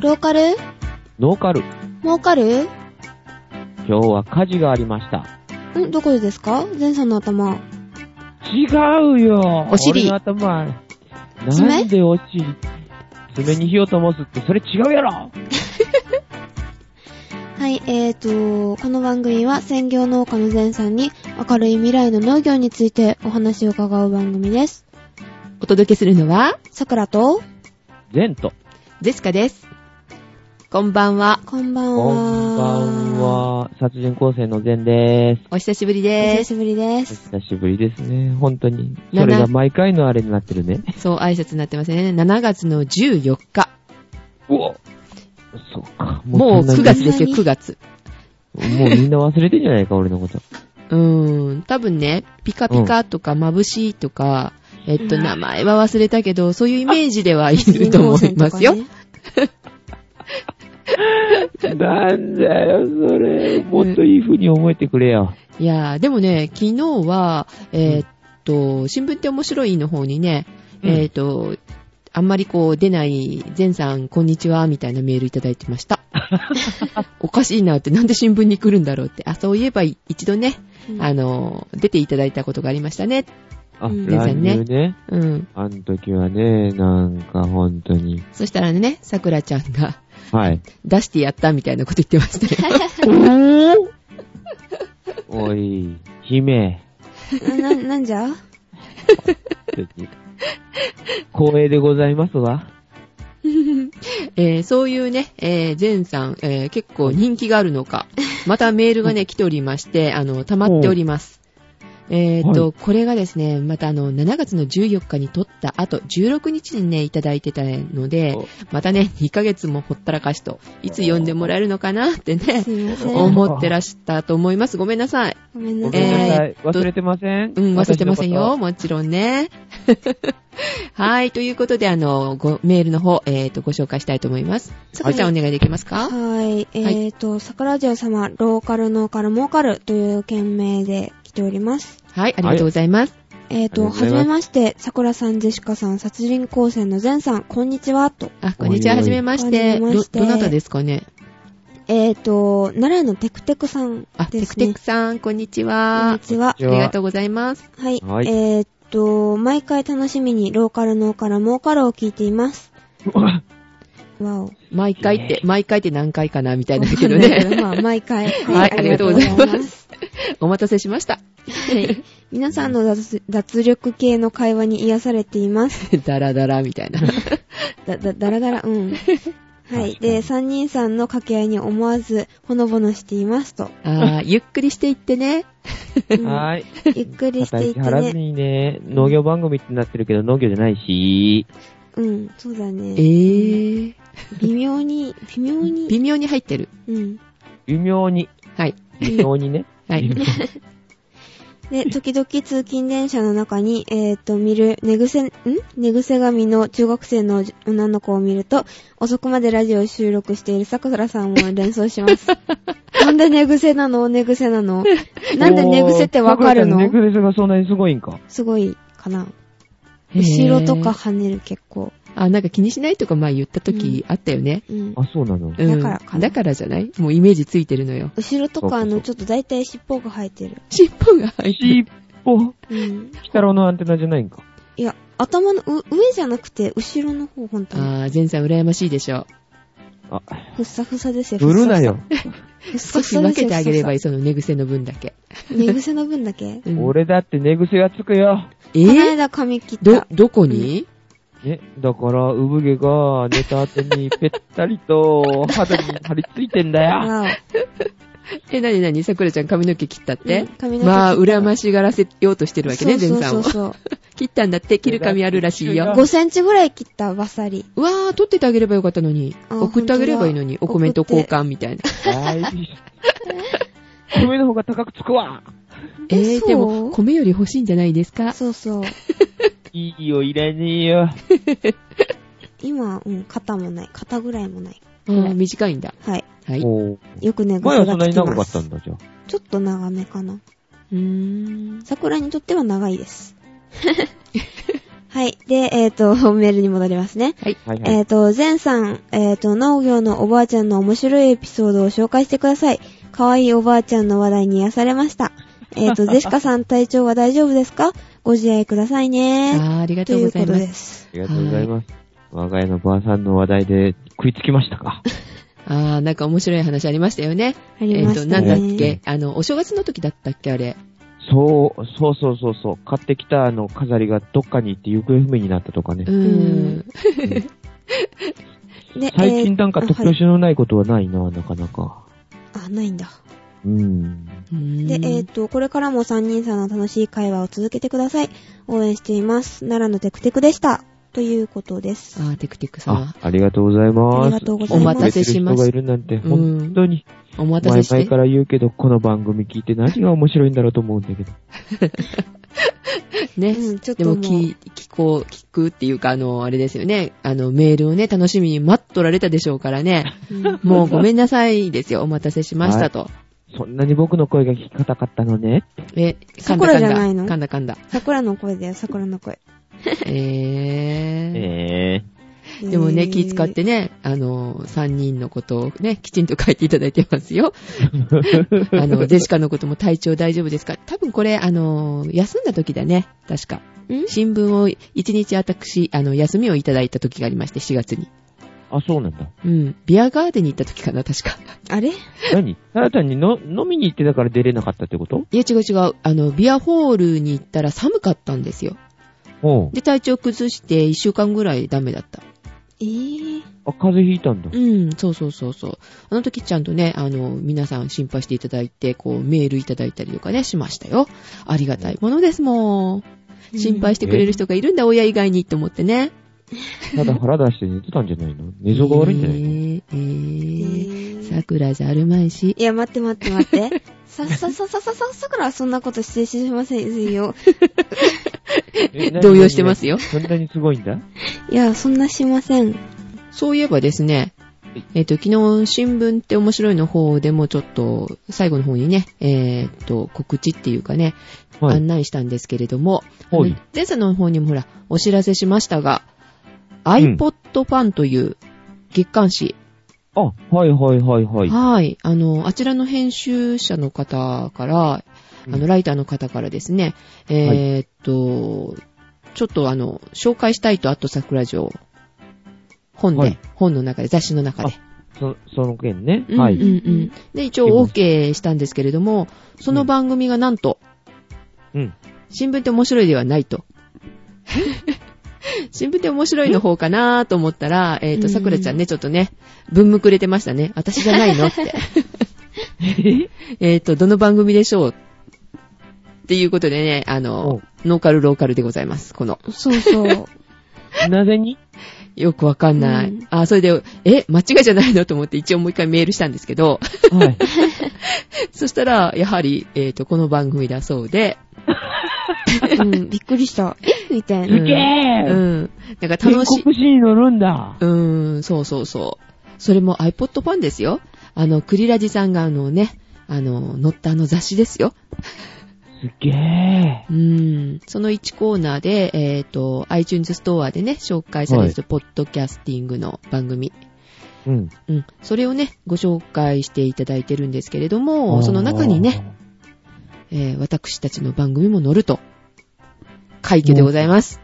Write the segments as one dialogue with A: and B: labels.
A: ローカル
B: ノーカル。
A: 儲かる
B: 今日は火事がありました。
A: んどこでですかゼンさんの頭。
B: 違うよ
C: お尻
B: 俺の頭。
A: 爪
B: なんでお尻、爪に火を灯すってそれ違うやろ
A: はい、えーと、この番組は専業農家のゼさんに明るい未来の農業についてお話を伺う番組です。
C: お届けするのは、
A: 桜と、
B: 善と。
C: ジェシカです。こんばんは。
A: こんばんは。
B: こんばん。は。殺人構成の善で。
C: お久しぶり
A: お
C: で
A: 久
C: す。
A: しぶりですす。
B: 久しぶりですね。本当に。
C: なな
B: それが毎回のあれになってるね。
C: そう、挨拶になってますね。7月の14日。
B: うおそうか。
C: もう
B: そ
C: 9
B: んな
C: 月ですよ、
A: そんなに
C: 9月。
B: もうみんな忘れてんじゃないか、俺のこと。
C: うーん、多分ね、ピカピカとか眩しいとか、えっと、名前は忘れたけど、そういうイメージではいると思いますよ。
A: 人工線とかね
B: なんだよ、それ。もっといい風に思えてくれよ。
C: いやー、でもね、昨日は、えーっと、新聞って面白いの方にね、
B: うん
C: えーっと、あんまりこう出ない、善さん、こんにちは、みたいなメールいただいてました。おかしいなって、なんで新聞に来るんだろうって。あ、そういえば一度ね、
A: うん
C: あの、出ていただいたことがありましたね。
B: あ、
A: うん
B: 乱入
C: で
B: ね。
C: うん。
B: あの時はね、なんか本当に。
C: そしたらね、桜ちゃんが、
B: はい。
C: 出してやったみたいなこと言ってましたよ。
B: おい、姫。
A: な、なんじゃ
B: 光栄でございますわ。
C: えーそういうね、えー、前さん、えー結構人気があるのか、またメールがね、来ておりまして、あの、溜まっております。えーっと、
B: は
C: これがですね、またあの、7月の14日に撮った後、16日にね、いただいてたので、またね、2ヶ月もほったらかしと、いつ読んでもらえるのかなってね
A: す、いません。ご
C: 思ってらしたと思います。ごめんなさい。
A: めん
B: ご
A: な
B: め
A: さ。
B: んないさ
C: え
B: い。忘れてません
C: うん、忘れてませんよ。。もちろんね。はい。ということで、あの、ご、メールの方、えっ、と、ご紹介したいと思います。さくちゃん、お願いできますか
A: はい。えーと、桜ジオ様、ローカル、ノーカル、儲かるという件名で来ております。
C: はい。ありがとうございます。
A: えー
B: あ
A: と、
B: り
A: は
B: がとうご
A: じ
B: ざいます
A: めまして、桜さん、ジェシカさん、殺人光線のゼンさん、こんにちは、と。
C: あ、こんにちは。
B: おいお
C: は
B: い
C: じめまして。
A: はじめ
C: ど
A: まし、て
C: どなたですかね
A: えーと、奈良のテクテクさん
C: あ、
A: で
C: テク
A: すね。
C: テクさん、こんにち
A: こん
C: は
A: に。ちは
C: あ。りがとうございます。
A: はい。
B: はい
A: えーっと、毎回楽しみにローカルノーカルモーカルを聞いています。わお。
C: 毎回って、毎回って何回かなみたいなんだけど
A: わ かんないけ
C: ね。
A: どまあ、毎回。
C: はいありがとうございます
A: ありがとうございす。
C: お待たせしました。
A: はい。皆さんの脱脱力系の会話に癒されています。
C: ダラダラみたいな。
A: だ、だ、だらだら、うん。はい。で、3人さんの掛け合いに思わず、ほのぼのしていますと。
C: あーゆっくりしていってね。
A: うん
B: はい。
A: ゆっくりしていって
B: 張らず
A: ね。
B: にね、農業番組ってなってるけど農業じゃないし、
A: うん、そうだ
C: え
A: ね。
C: ー。
A: 微妙に、微妙に、
C: 微妙に入ってる。
A: うん。
B: 微妙に、
C: はい。
B: 微妙にね。
C: はい。
A: で、時々通勤電車の中に、えっ、と、見る、寝癖、ん寝癖髪の中学生の女の子を見ると、遅くまでラジオを収録しているさくらさんを連想し ます。なんで寝癖なの寝癖なのなんで寝癖ってわかる
B: おー桜ちゃん
A: の
B: 寝癖がそんなにすごいんか。
A: すごいかな。後ろとか跳ねる結構。
C: あ、なんか気にしないとか前言った時あったよね。
A: うん。
B: あ、そうなの。
C: うん
A: だからかな
C: だからじゃないもうイメージついてるのよ。
A: 後ろと
B: そう
A: か
B: か
A: あ
B: そう
A: の、
B: か
A: ちょっと大体尻尾が生えてる。
C: 尻尾が入って
B: 尻
C: る。
B: 尾、
A: うん。
B: 北郎のアンテナじゃないんか。
A: いや、頭のう上じゃなくて、後ろの方、本当に。
C: あー、前さん羨ましいでしょ。
B: あ、
A: ふっさふさですよ。
B: 売るなよ。
A: ふっさ
C: 少
A: ふ
C: し
A: さ
C: 分
A: です
C: け
A: よ。
C: てあげれば
A: い
C: いい、その寝癖の分だけ。
A: 寝癖の分だけ
C: うん
B: 俺だって寝癖がつくよ。
C: え
A: この
C: ー、
A: 間髪切った。
C: ど、どこに、
B: ね、だから、産毛が寝た後にぺったりと肌に張り付いてんだよ。
A: わ
C: え、なになにさくらちゃん髪の毛切ったっ
A: お
C: て、
A: うん髪の毛。
C: まあ、羨ましがらせようとしてるわけね、
A: そ
C: 前
A: う
C: さん
A: そ
C: を
A: う。そう
C: 切ったんだって、切る髪あるらしい
A: そう。
C: よ。
A: 5センチぐらい切った、バサリ。
C: うわー、撮っててあげればよかったのに。
A: あー
C: 送ってあげればいいのに、
A: 本当
C: お
A: だ
C: コメント交換みたいな。
B: はい。米の方が高くつくわ。
C: え
A: えそ
C: ー、
A: う
C: でも、米より欲しいんじゃないですか
A: そうそう。
B: いいよ、いらねえよ。
A: 今、うん、肩もない。肩ぐらいもない。
C: あー短いんだ。
A: はい。
C: はい。う
B: おー
A: よくね、癖
B: 前は
A: が
B: そんな
A: つ
B: に
A: き
B: 長か
A: ま
B: っ
A: す
B: たん。だ、じゃあ。
A: ちょっと長めかな。
C: ーん。
A: 桜にとっては長いです。はい。で、えっ、と、メールに戻りますね。
C: はい。
B: はいはい。
A: えっ、と、前さん、えっ、と、農業のおばあちゃんの面白いエピソードを紹介してください。可愛いおばあちゃんの話題に癒されました。えっ、 と、ゼシカさん、体調は大丈夫ですかご自愛くださいね。
C: あーありがとうござい
A: ということ
C: ま。
A: ですす。
B: ありがとうございます。我が家のばあさんの話題で食いつきましたか
C: ああ、なんか面白い話ありましたよね。
A: ありま
C: えっ、
A: し
C: と、
A: た
C: なん
A: ね。
C: だっけ、あの、お正月の時だったっけ、あれ。
B: そう、そうそうそうそう。買ってきたあの飾りがどっかに行って行方不明になったとかね
C: う。ーん。
A: で、
B: 最近なんか
A: えー
B: 突拍子のないことはないな、なかなか。
A: あはいあ、ないんだ。
B: うん。
A: で、
C: で
A: えーっ、と、これからも3人さんの楽しい会話を続けてください。応援しています。奈良のテクテクでした。ということです。
C: あーテクテク様
B: あ。、ありがとうございます。
A: ありがとうございます
C: お待たせしました
B: 聞いてくれてる人がいるなんて、
C: うん
B: 本当に、
C: お待た
B: 前
C: せして
B: 々か。ら言うけど、この番組聞いて何が面白いんだろうと思うんだけど。
C: ね。
A: うんちょっ
C: で
A: とも
C: も
A: う
C: 聞、聞こう、聞くっていうか、あの、あれですよね。あの、メールをね、楽しみに待っとられたでしょうか らね。
A: うん
C: もうごめんなさいですよ。お待たせしましたと。
B: そんなに僕の声が聞きたかったのね。
C: え、噛んだ
A: 桜じゃない
C: 噛
A: の
C: んだ。噛んだ噛んだ。
A: 桜の声だよ、桜の声。
C: え
B: ええ
C: ー。でも
A: え
C: ね、
A: ー
C: 気使っ。てね、あの、3人のことをね、きちんと書いていただいてま すよ。あの、ジェシカのことも体調大丈夫ですか多分これ、あの、休んだ時だね。確か。
A: ん
C: 新聞を1日私、あの、休みをいただいた時がありまして、4月に。
B: あ、そうなんだ。
C: うん。ビアガーデンに行った時かな、確か。
A: あれ
B: 何ただ単にの飲みに行ってたから出れなかったってこと
C: いや、違う違う。あの、ビアホールに行ったら寒かったんですよ。
B: うん。
C: で、体調崩して1週間ぐらいダメだった。
A: えー、
B: あ、風邪ひいたんだ。
C: うん、そうそうそうそう。あの時ちゃんとね、あの、皆さん心配していただいて、こう、メールいただいたりとかね、しましたよ。ありがたいものですもん。心配してくれる人がいるんだ、親以外にって思ってね。
B: ただ腹出して寝てたんじゃないの寝相が悪いんじゃないの
A: え
C: えー、えー、
A: ー。
C: 桜じゃあるまいし。
A: いや、待って待って待って。さ、さ、さ、さ、さ、さ、さくらはそんなことしてしませんよ。
B: え何
C: 動揺してますよ
B: そんなにすごいんだ
A: いや、そんなしません。
C: そういえばですね、えっ、と、昨日、新聞って面白いの方でもちょっと、最後の方にね、えっ、と、告知っていうかね、
B: はい
C: 案内したんですけれども、あ
B: はい
C: の前作の方にもほら、お知らせしましたが、iPod ファンという月刊誌、
B: あ、はいはいはいはい。
C: はい、あの、あちらの編集者の方から、あ
B: う
C: の、
B: ん
C: ライターの方からですね、えーっと、ちょっとあの、紹介したいと、あと桜城、本で、
B: はい
C: 本の中で、雑誌の中で。
B: そその件ね。
C: うん
B: は
C: うんう
B: い。
C: ん。で、一応 OK したんですけれども、その番組がなんと、
B: うん。
C: 新聞って面白いではないと。 新聞って面白いの方かなと思ったら、えっ、と、桜ちゃんね、ちょっとね、文むくれてましたね。私じゃないのって。 えっと、どの番組でしょうっていうことでね、あ
B: お
C: の、ノーカルローカルでございます。この、
A: そうそう。
B: なぜに
C: よくわかんない。
A: うん
C: あ、それで、え、間違いじゃないのと思って一応もう一回メールしたんですけど、
B: はい。
C: そしたら、やはり、えっ、と、この番組だそうで、
A: うん、びっくりした。えみたい
B: す
A: な。
B: げ
C: う
B: え
C: ん。なんか楽し
B: 全。
C: い
B: 国紙に乗るんだ。
C: うーん、そうそうそう。それも iPod ファンですよ。あの、クリラジさんがあのね、あの、載ったあの雑誌ですよ。
B: すげえ。
C: うーん。その1コーナーで、えっ、と、iTunes ストアでね、紹介されてる、ポッドキャスティングの番組。
B: うん。
C: うん。それをね、ご紹介していただいてるんですけれども、その中にね、えー私たちの番組も載ると。快挙でございます。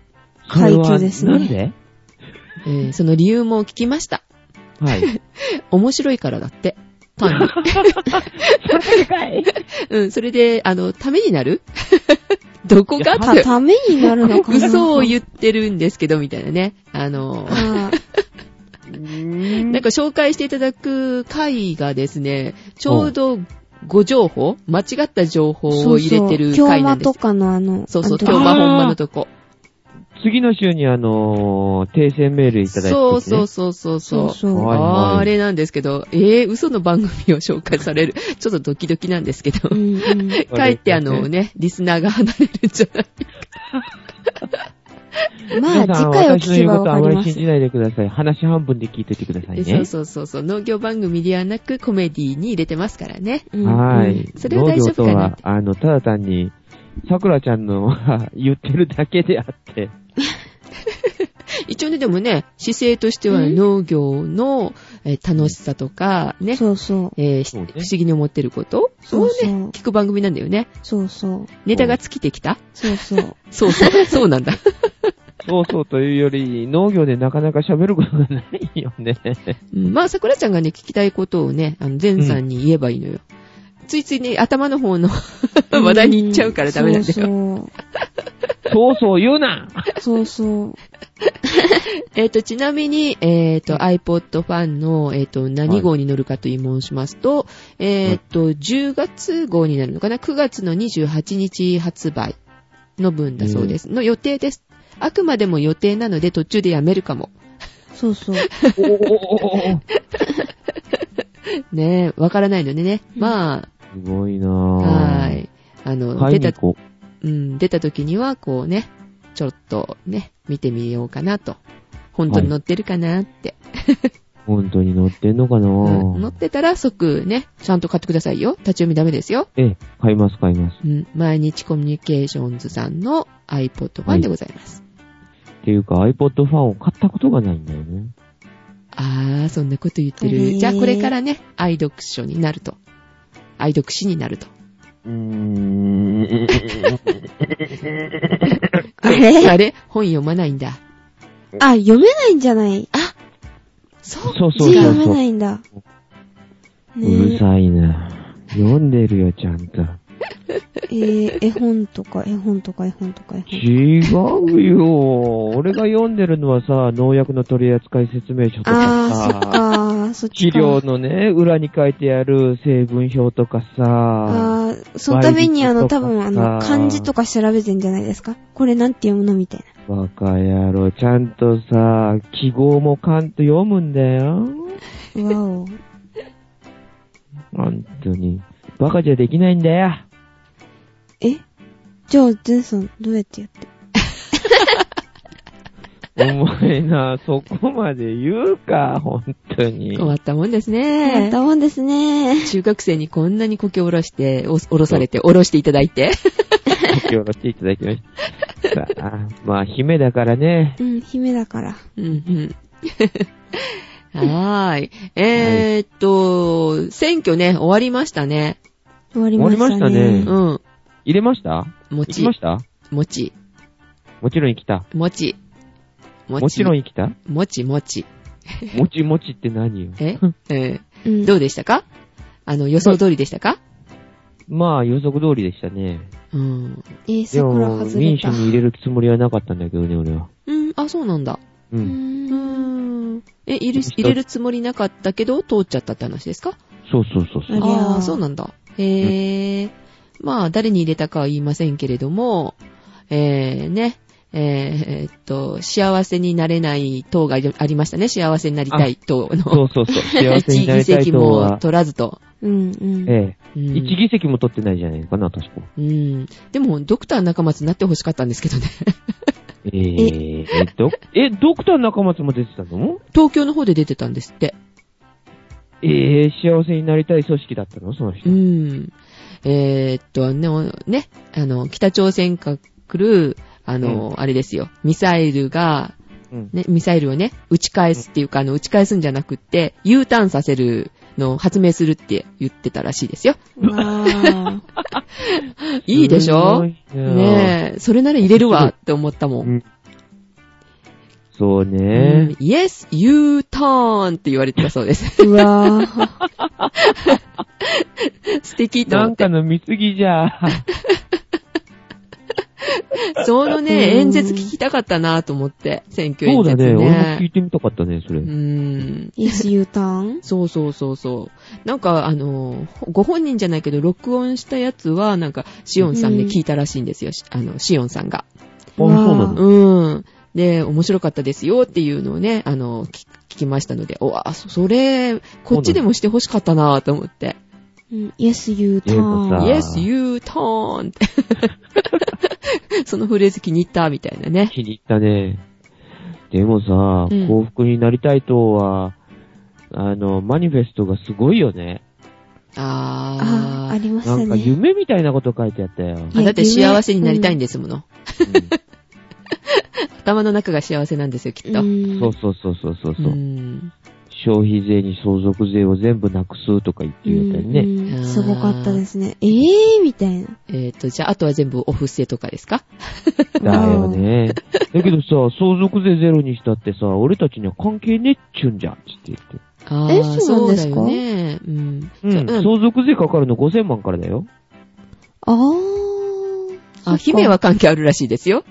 B: あー。それは
A: 快挙ですね、
B: なんで
C: えーその理由も聞きました。
B: はい。
C: 面白いからだって。単 に。うん、それで、あの、ためになる どこかったて。
A: ためになるのかな。
C: 嘘を言ってるんですけど、みたいなね。あの、
A: あ
C: なんか紹介していただく回がですね、ちょうどご情報間違った情報
A: あ、
C: を入れてる
A: そうそう
C: 回
A: 京
C: な
A: 間
C: んです
A: と。かのあの、
C: そうそう、
A: あの
C: 今日
B: 京
C: は本間のとこ。
B: 次の週にあのー、訂正メールいただいて、ね。
C: そうそうそうそ
A: そ
C: うそうう。
A: そう。
B: はいはい
C: あれなんですけど、えー、嘘の番組を紹介される。ちょっとドキドキなんですけど
A: う。んうん
C: かえってあのね、リスナーが離れるんじゃない
A: まあ、
B: 皆
A: 次
B: さん
A: 回を聞
B: 私の言
A: け
B: う
A: ばわ
B: ことは
A: か
B: あ
A: り
B: まり
A: ま
B: 信
A: す。
B: じないでください。話半分で聞いといてくださいね。
C: そうそうそうそう。農業番組ではなくコメディに入れてますからね。
A: うん
B: は
A: うん
B: い。
C: それは大丈夫かな
B: 農業とは、あの、ただ単に、桜ちゃんの言ってるだけであって、
C: 一応ね、でもね、姿勢としては
A: うん
C: 農業のえー楽しさとか、ね、
A: そうそう。
C: えーし不
B: そう
C: 思
B: ね
C: 議に思ってること、
A: そ
C: そうう
A: そう
C: ね、聞く番組なんだよね。
A: そうそう。
C: ネタが尽きてきた
A: そうそう。
C: そうそう、そうなんだ。
B: そうそうというより、農業でなかなか喋ることがないよね。
C: うんまあ、桜ちゃんがね、聞きたいことをね、あの、前さんに言えばいいのよ。ついついね、頭の方の話題に行っちゃうからダメなんだよ。
A: そう
B: そうそう言うな
A: そう。そうそう。
C: えっ、と、ちなみに、えっ、と、iPod ファンの、えっ、と、何号に乗るかという問しますと、えっ、と、10月号になるのかな ?9 月の28日発売の分だそうです。の予定です。あくまでも予定なので途中でやめるかも。
A: そうそう。
B: おおおおお
C: ねえ、わからないのでね。
A: うん
C: ます
B: ごいな
C: あ、
B: ぁ。
C: はーい。あの、
B: 買い
C: 出
B: に行
C: た、
B: こう。
C: うん、出た時には、こうね、ちょっとね、見てみようかなと。本当に乗ってるかなって。
B: 本当に乗ってんのかな
C: うん、乗
B: ぁ。
C: ってたら即ね、ちゃんと買ってくださいよ。立ち読みダメですよ。
B: ええ、買います買います。
C: うん、毎日コミュニケーションズさんの iPod 版でございます。
B: っていうか iPod ファンを買ったことがないんだよね。
C: あー、そんなこと言って
A: あれー
C: る。じゃあこれからね、愛読書になると。愛読誌になると。
B: うーん。
A: あれ
C: あれ本読まないんだ。
A: あ、読めないんじゃない
C: そう。
B: そうそう
A: 字
B: そ
A: 読
B: う
A: め
B: そう。
A: ないんだ。
B: うる
A: ね
B: さいな。読んでるよ、ちゃんと。
A: え、えー絵本とか、絵本とか、絵本とか、絵本。
B: 違うよ。俺が読んでるのはさ、農薬の取扱説明書とか
A: あー、そっ
B: さ、
A: か。そっ
B: 治
A: ちか。
B: 療のね、裏に書いてある成分表とかさ、
A: あー、そのためにあの、
B: 倍
A: 多
B: 率とか
A: 分あの、
B: さ
A: 漢字とか調べてんじゃないですかこれなんて読むのみたい
B: バカ野郎、ちゃんとさ、記号もかんと読むんだよ。
A: な。わお。
B: 本当に。バカじゃできないんだよ。
A: えじゃあ、ジェンさん、どうやってやって
B: お前な、そこまで言うか、本当に。
C: 終わったもんです
A: やっ
C: ね
A: た。もんですね。
C: 中学生にこんなにこけおろして、おおろされて、おろしていただいて。
B: 書き下ろしていただきました。さあ、まあ、姫だからね。
A: うん、姫だから。
C: うんうん。 はーい。えーっと、選挙ね、終わりましたね。
A: 終わりましたね。
B: 終わりましたね
C: う。
B: うん入れました
C: も
B: 行き
C: ち
B: ま、した
C: もち、
B: もちろん行きた。
C: もち。も
B: もちろん行きた
C: もちもち。
B: もちもちって何よ。
C: ええ
A: うん。
C: ーどうでしたかあの、予想通りでしたか
B: まあ、予測通りでしたね。
C: うん。
A: えー、
B: で
A: 桜
B: も、
A: 外れ
B: 民主
A: た。
B: に入れるつもりはなかったんだけどね、俺は。
C: うん、あ、そうなんだ。
B: う。
A: うん
C: う
A: ん。
C: ーん。え、入れ、入れるつもりなかったけど、通っちゃったって話ですか
B: そうそうそうそう。
A: ありゃ
C: ああ、そうなんだ。へえ、まあ、誰に入れたかは言いませんけれども、えー、ね、えーえーっと、幸せになれない党がありましたね。幸せになりたい党
B: そ
C: の。
B: うそうそう。幸せ
C: 一
B: になり
C: 議
B: たい
C: 席
B: と
C: も
B: は。
C: 取らずと。
A: うん、うん。
B: ええ。
C: うん
B: 一議席も取ってないじゃないかな、確か。
C: うん。でも、ドクター中松になってほしかったんですけどね。
B: ええ、えど、え、ドクター中松も出てたの
C: 東京の方で出てたんですって。
B: ええ、幸せになりたい組織だったのその人
C: う。ん。えーっと、ね、おね、あの、北朝鮮から来る、あの、あれですよ、ミサイルが、
B: うん
C: ね、ミサイルをね、撃ち返すっていうか、あの、撃ち返すんじゃなくって、U ターンさせるのを発明するって言ってたらしいですよ。
A: わー。
C: いいでしょ
B: すごいな
C: ねえ、それなら入れるわって思ったもん。
B: うんそう
C: うん
B: ね。
C: Yes, U ターンって言われてたそ うです。
A: うわ ー。
C: 素敵と
B: な
C: 思っ
B: ん
C: て
B: か。の見過ぎじゃ。
C: その
A: うん
C: ね、演説聞きたかったなと思って、選挙
B: そ
C: 演
B: うだ
C: 説
B: ね。
C: ね。
B: 俺も聞いてみたかったね、それ。
C: うん。
A: Yes, you turn.
C: そうそうそうそう。なんか、あの、ご本人じゃないけど、録音したやつは、なんか、シオンさんで
A: うん
C: 聞いたらしいんですよ。しあの、シオンさんが。
B: あ、そうなの
C: うん。で、面白かったですよっていうのをね、あの、聞聞きましたので、おあ、そそれ、こっちでもしてほしかったなぁと思って。
A: うん、Yes, you
B: 英語さ
A: turn.
B: そうなんだ
C: Yes, you turn! ってそのフレーズ気に入ったみたいなね。
B: 気に入ったね。でもさ、
C: うん
B: 幸福になりたいとは、あの、マニフェストがすごいよね。
A: あー、あ
C: あー。
A: りまし
B: な
A: た
B: んか
A: ね。
B: 夢み たいなこと書いてあったよ。うん
A: い
C: あ
A: や
C: だって幸せになりたいんですもの。頭の中が幸せなんですよ、きっと。
A: ん
B: そうそうそうそうそう。う
C: うん
B: 消費税に相続税を全部なくすとか言ってるやつやね。
A: うんすごかったですね。えーみたいな。
C: えっ、と、じゃあ、あとは全部お布施とかですか
B: だよね。だけどさ、相続税ゼロにしたってさ、俺たちには関係ねえっちゅうんじゃん、つって言って。
C: あー
A: えそうなんですか
C: そうだよね。うん。
B: うん、
C: じゃあ
B: 相続税かかるの5000万からだよ。
A: あー。そっ
C: あ、
A: か。
C: 姫は関係あるらしいですよ。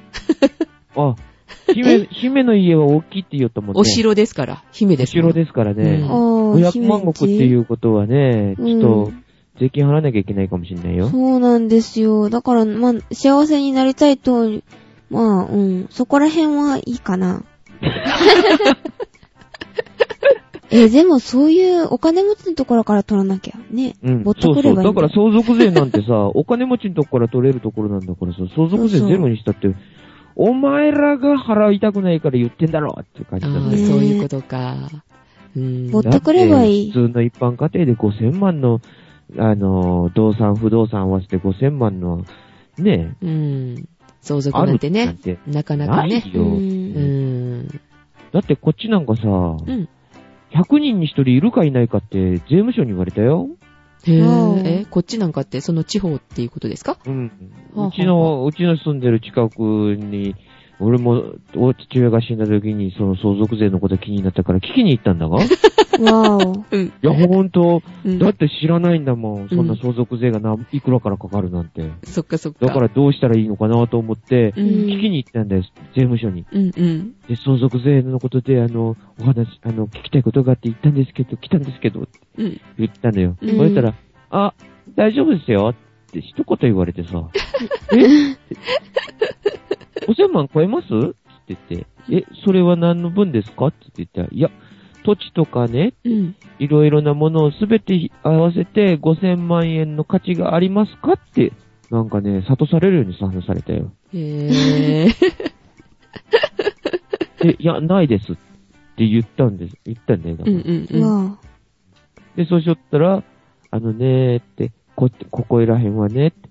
B: あ、 姫、姫の家は大きいって言おうと思って。
C: お城ですから、姫
B: お
C: ですもん。
B: 城ですから
C: う
B: ね
C: ん。
B: 500万石っていううことはね、ちょっ
A: う
B: と、税金払わなきゃいけないかもしれないよ。
A: そうなんですよ。だから、まあ、幸せになりたいと、まあ、うん、そこら辺はいいかな。え、でもそういうお金持ちのところから取らなきゃ。ね。
B: うん
A: ぼっ、と
B: そう
A: く
B: そ
A: れ
B: う。
A: ばいい
B: だ
A: んだ
B: から相続税なんてさ、お金持ちのとこから取れるところなんだからさ、相続税ゼロにしたって、お前らが払いたくないから言ってんだろって感じ
C: あ
B: だ
C: あ、
B: ね。
C: そういうことか。うん。
A: ぼっとくればいい
B: だって普通の一般家庭で5000万の、あの、動産、不動産合わせて5000万の、ね、
C: うん。相続なんて
B: ある
C: ね
B: っ、て
C: なかな
B: な
C: か
B: いよ
C: ね。。
A: う。
C: うんん。
B: だってこっちなんかさ、
C: うん。
B: 100人に1人いるかいないかって税務署に言われたよ。
C: へ
A: わお
C: ーえ、こっちなんかって、その地方っていうことですか
B: うん。
C: はあ
B: うちの、うちの住んでる近くに、俺も、お父親が死んだ時に、その相続税のこと気になったから聞きに行ったんだ が。い
A: わーお。
C: うん。
B: や、ほんと、
C: うん
B: だって知らないんだもん。そん
C: う
B: なん相続税がな、いくらからかかるなんて。
C: そっかそっか。
B: だからどうしたらいいのかなと思って、
A: う
C: う
A: ん
C: ん。
B: 聞きに行ったんだよ、税務署に。
C: うんうん。
B: で、相続税のことで、あの、お話、あの、聞きたいことがあって行ったんですけど、来たんですけど、
C: うん。
B: 言ったのよ。
C: うん
B: そしたら、あ、大丈夫ですよって一言言われて さ、えって5000万超えますって言って、え、それは何の分ですかって言ったら、いや、土地とかね、
C: うん。
B: いろいろなものをすべて合わせて5000万円の価値がありますかって、なんかね、悟されるように話されたよ。
C: へー
B: で、いや、ないですって言ったんです、言ったんだよ。だ
C: う
B: から
C: んうんうん。
A: わ
B: で、そうしよったら、あのねーって、こ、ここいらへんはねって、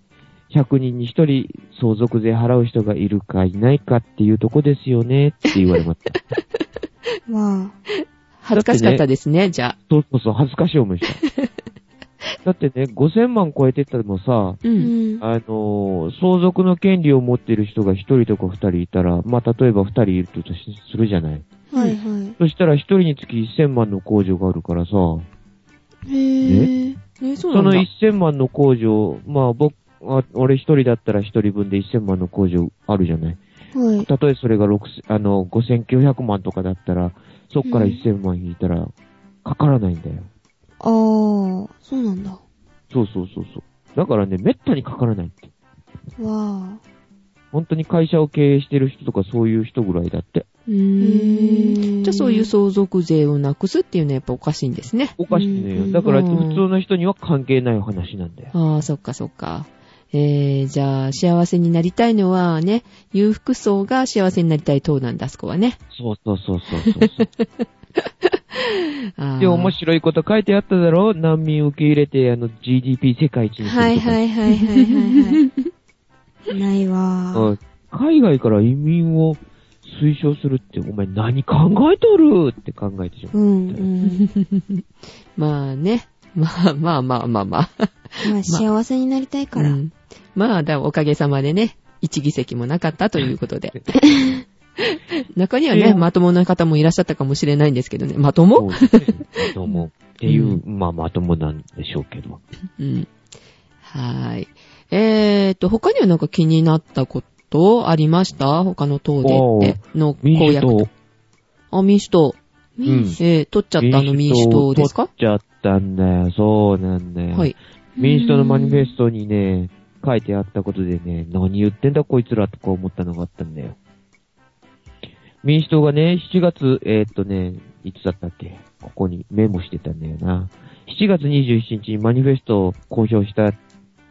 B: 100人に1人相続税払う人がいるかいないかっていうとこですよねって言われました。
A: ー。わ
C: 恥ずかしかったですね、じゃあ。
B: そうそうそう、恥ずかしい思いした。だってね、5000万超えてったらもさ、
C: う。
A: ー。うんん。
B: あのー相続の権利を持ってる人が1人とか2人いたら、まあ、例えば2人いるとしするじゃない。
A: はいは
B: そしたら1人につき1000万の控除があるからさ、
A: い。へー。
C: えー、そうな
B: そ
C: んだ
B: の。1000万の控除、まあ僕、あ俺一人だったら一人分で1000万の控除あるじゃない。
A: はい。
B: たとえそれが6、あの、5900万とかだったら、そっから
A: うん
B: 1000万引いたら、かからないんだよ。
A: あー。そうなんだ。わ
B: そうそうそうそう。だからね、めったにかからないって。
A: ー。
B: 本当に会社を経営してる人とかそういう人ぐらいだって。
A: う
C: うーん。
A: ーん
C: じゃあそういう相続税をなくすっていうのはやっぱおかしいんですね。
B: おかしいね
A: うん
B: よ。だから
C: うん
B: 普通の人には関係ない話なんだよ。
C: ああ、そっかそっか。えー、じゃあ幸せになりたいのはね、裕福層が幸せになりたい党なんだ、あそこはね。
B: そうそうそうそうそうそう。
C: あ ー
B: で、面白いこと書いてあっただろ難民受け入れて、あの、GDP 世界一にするとか。
A: はいはいはいはいはいはい。ないわー。
B: うん海外から移民を推奨するって、お前何考えとるって考え てしまう。
A: うんうん。
C: まあね。 まあまあまあまあまあ。
A: まあ幸せになりたいから
C: う。んまあ、だおかげさまでね、一議席もなかったということで。中には
B: え
C: ね、
B: え
C: まともな方もいらっしゃったかもしれないんですけどね。まとも
B: そうですねまと もっていう、まあまともなんでしょうけど。
C: うん。はーい。えーと、他にはなんか気になったことありました他の党でって。の公
B: 民主
C: 約と
B: 党。
C: あ、民主党。
B: うん
C: えー、取っちゃったあの民主党ですか
B: 取っちゃったんだよ。そうなんだよ。
C: はい。
B: 民主党のマニフェストにね、書いてあったことでね、何言ってんだこいつらとか思ったのがあったんだよ。民主党がね、7月、えーっとね、いつだったっけここにメモしてたんだよな。7月27日にマニフェストを公表したって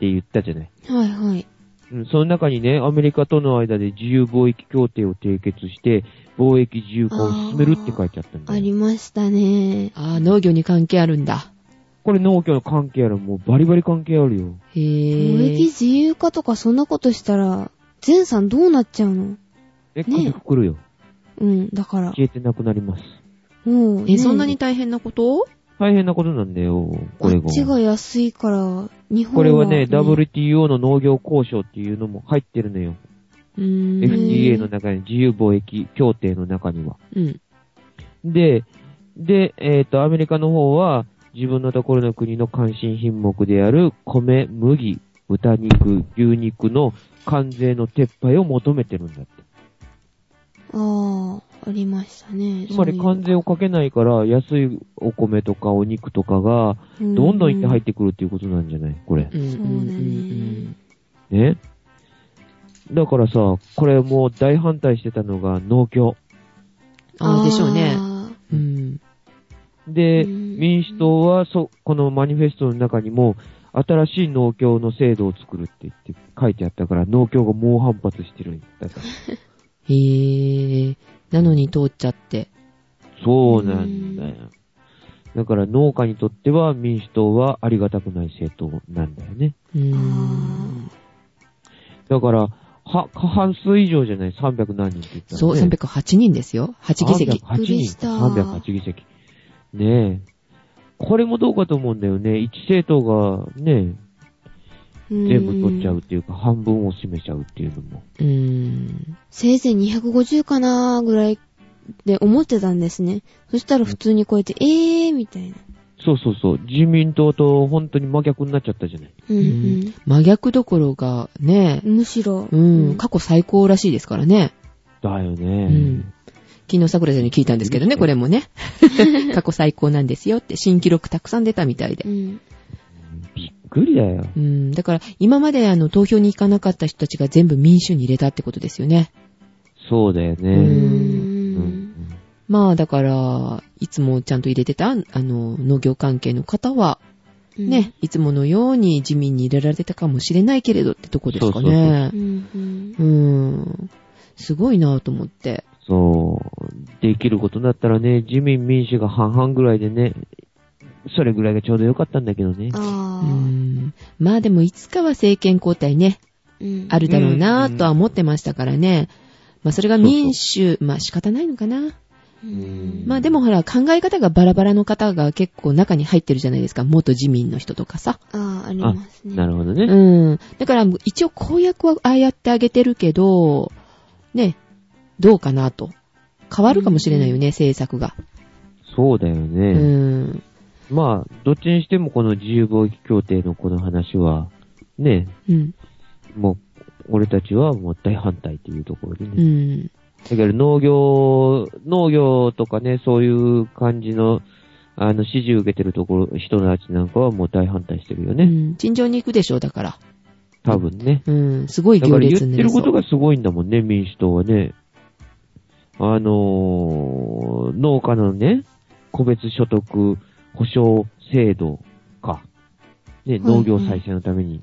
B: 言ったじゃない。
A: はいはい。
B: うん、その中にね、アメリカとの間で自由貿易協定を締結して、貿易自由化を進めるって書いてあったんだ
A: あ
B: よ。
A: りましたね。
C: あー、農業に関係あるんだ。
B: これ農業の関係ある、もうバリバリ関係あるよ。
C: へ
A: 貿易
C: ー。
A: 自由化とかそんなことしたら、全さんどうなっちゃうの
B: え、
A: ね
B: 首くくるよ。
A: うん、だから。
B: 消えてなくなります。
A: もう、
C: え、
A: ね
C: そんなに大変なこと
B: 大変なことなんだよ、これが
A: あっ。ちが安いから、日本は。
B: これはね、
A: ダブル
B: WTO の農業交渉っていうのも入ってるのよ。
C: うーん。
B: FTA の中に、自由貿易協定の中には。
C: うん。
B: で、で、えっ、と、アメリカの方は、自分のところの国の関心品目である米、麦、豚肉、牛肉の関税の撤廃を求めてるんだって。
A: ああ、ありましたね。。
B: つまり関税をかけないから、安いお米とかお肉とかが、どんどん入っててくるっていうことなんじゃないこれ。
C: うん。
A: そうだね
C: うん
B: ね。だからさ、これもう大反対してたのが農協。
C: ああ、でしょうね。
A: あ
C: うん。
B: で、
A: うん
B: 民主党はそ、このマニフェストの中にも、新しい農協の制度を作るって言って書いてあったから、農協が猛反発してるんだから。
C: へえ。なのに通っちゃって。
B: そうなんだよ。だから農家にとっては民主党はありがたくない政党なんだよね。
C: うー
A: あ
C: ん。
B: だから、は、過半数以上じゃない ?300 何人って言った
C: そ
B: の
C: う、
B: ね。
C: 308人ですよ。8議
A: び
B: 308
C: 席。
A: っくり
B: 人
A: し
B: か。
A: た
B: 308議席。ねえ。これもどうかと思うんだよね。一政党がね、
A: ー
B: 全部取っちゃ。
A: ん
B: うっていうか、半分を占めちゃうっていうのも。
C: うーん。
A: せいぜい250かなーぐらいで思ってたんですね。そしたら普通にこうやって、えーみたいな。
B: そうそうそう。自民党と本当に真逆になっちゃったじゃない。
A: うんうん。
C: 真逆どころが、ね、
A: むしろ。
C: うん、過去最高らしいですからね。
B: だよ
C: う
B: ね。
C: ん。昨日桜ちゃんに聞いたんですけどね、これ もね。過去最高なんですよって、新記録たくさん出たみたいで
A: う。ん。
B: びっくりだよ。
C: うん、だから今まであの投票に行かなかった人たちが全部民主に入れたってことですよね。
B: そうだよ
A: う
B: ね。うん
A: ん。
C: まあだから、いつもちゃんと入れてた、あの、農業関係の方は、
A: うん
C: ね、。いつものように自民に入れられてたかもしれないけれどってとこですかね
A: う。んうん。
C: うん。すごいなぁと思って。
B: そう。できることだったらね、自民民主が半々ぐらいでね、それぐらいがちょうどよかったんだけどね。
C: う
A: あー
C: ん。まあでもいつかは政権交代ね、
A: うん。
C: あるだろうなぁとは思ってましたからね。まあそれが民主、まあ仕方ないのかな。
A: うん
C: まあでもほら、考え方がバラバラの方が結構中に入ってるじゃないですか。元自民の人とかさ。
A: ああ、ありますね。
B: なるほどね。
C: うん。だから一応公約はああやってあげてるけど、ね、どうかなと。変わるかもしれないよね、政策が。
B: そうだよ
C: う
B: ね。
C: ん。
B: まあ、どっちにしてもこの自由貿易協定のこの話は、ね、
C: うん。
B: もう、俺たちはもう大反対というところでね。
C: うん。
B: だけど農業、農業とかね、そういう感じの、あの、指示受けてるところ、人たちなんかはもう大反対してるよ
C: う
B: ね。
C: ん。尋常に行くでしょう、だから。
B: 多分ね。
C: うん。すごい
B: だから
C: 行
B: 言っ
C: 列
B: て
C: になり
B: る
C: そ
B: こと
C: う。
B: がすごいんだもんね、民主党はね。あのー農家のね、個別所得保障制度か。ね、
A: い
B: 農業再生のために。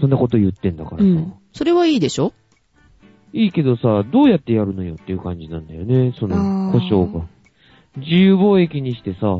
B: そんなこと言ってんだから
C: う
B: さ。
C: ん。それはいいでしょ
B: いいけどさ、どうやってやるのよっていう感じなんだよね、その
A: あー
B: 故障が。自由貿易にしてさ、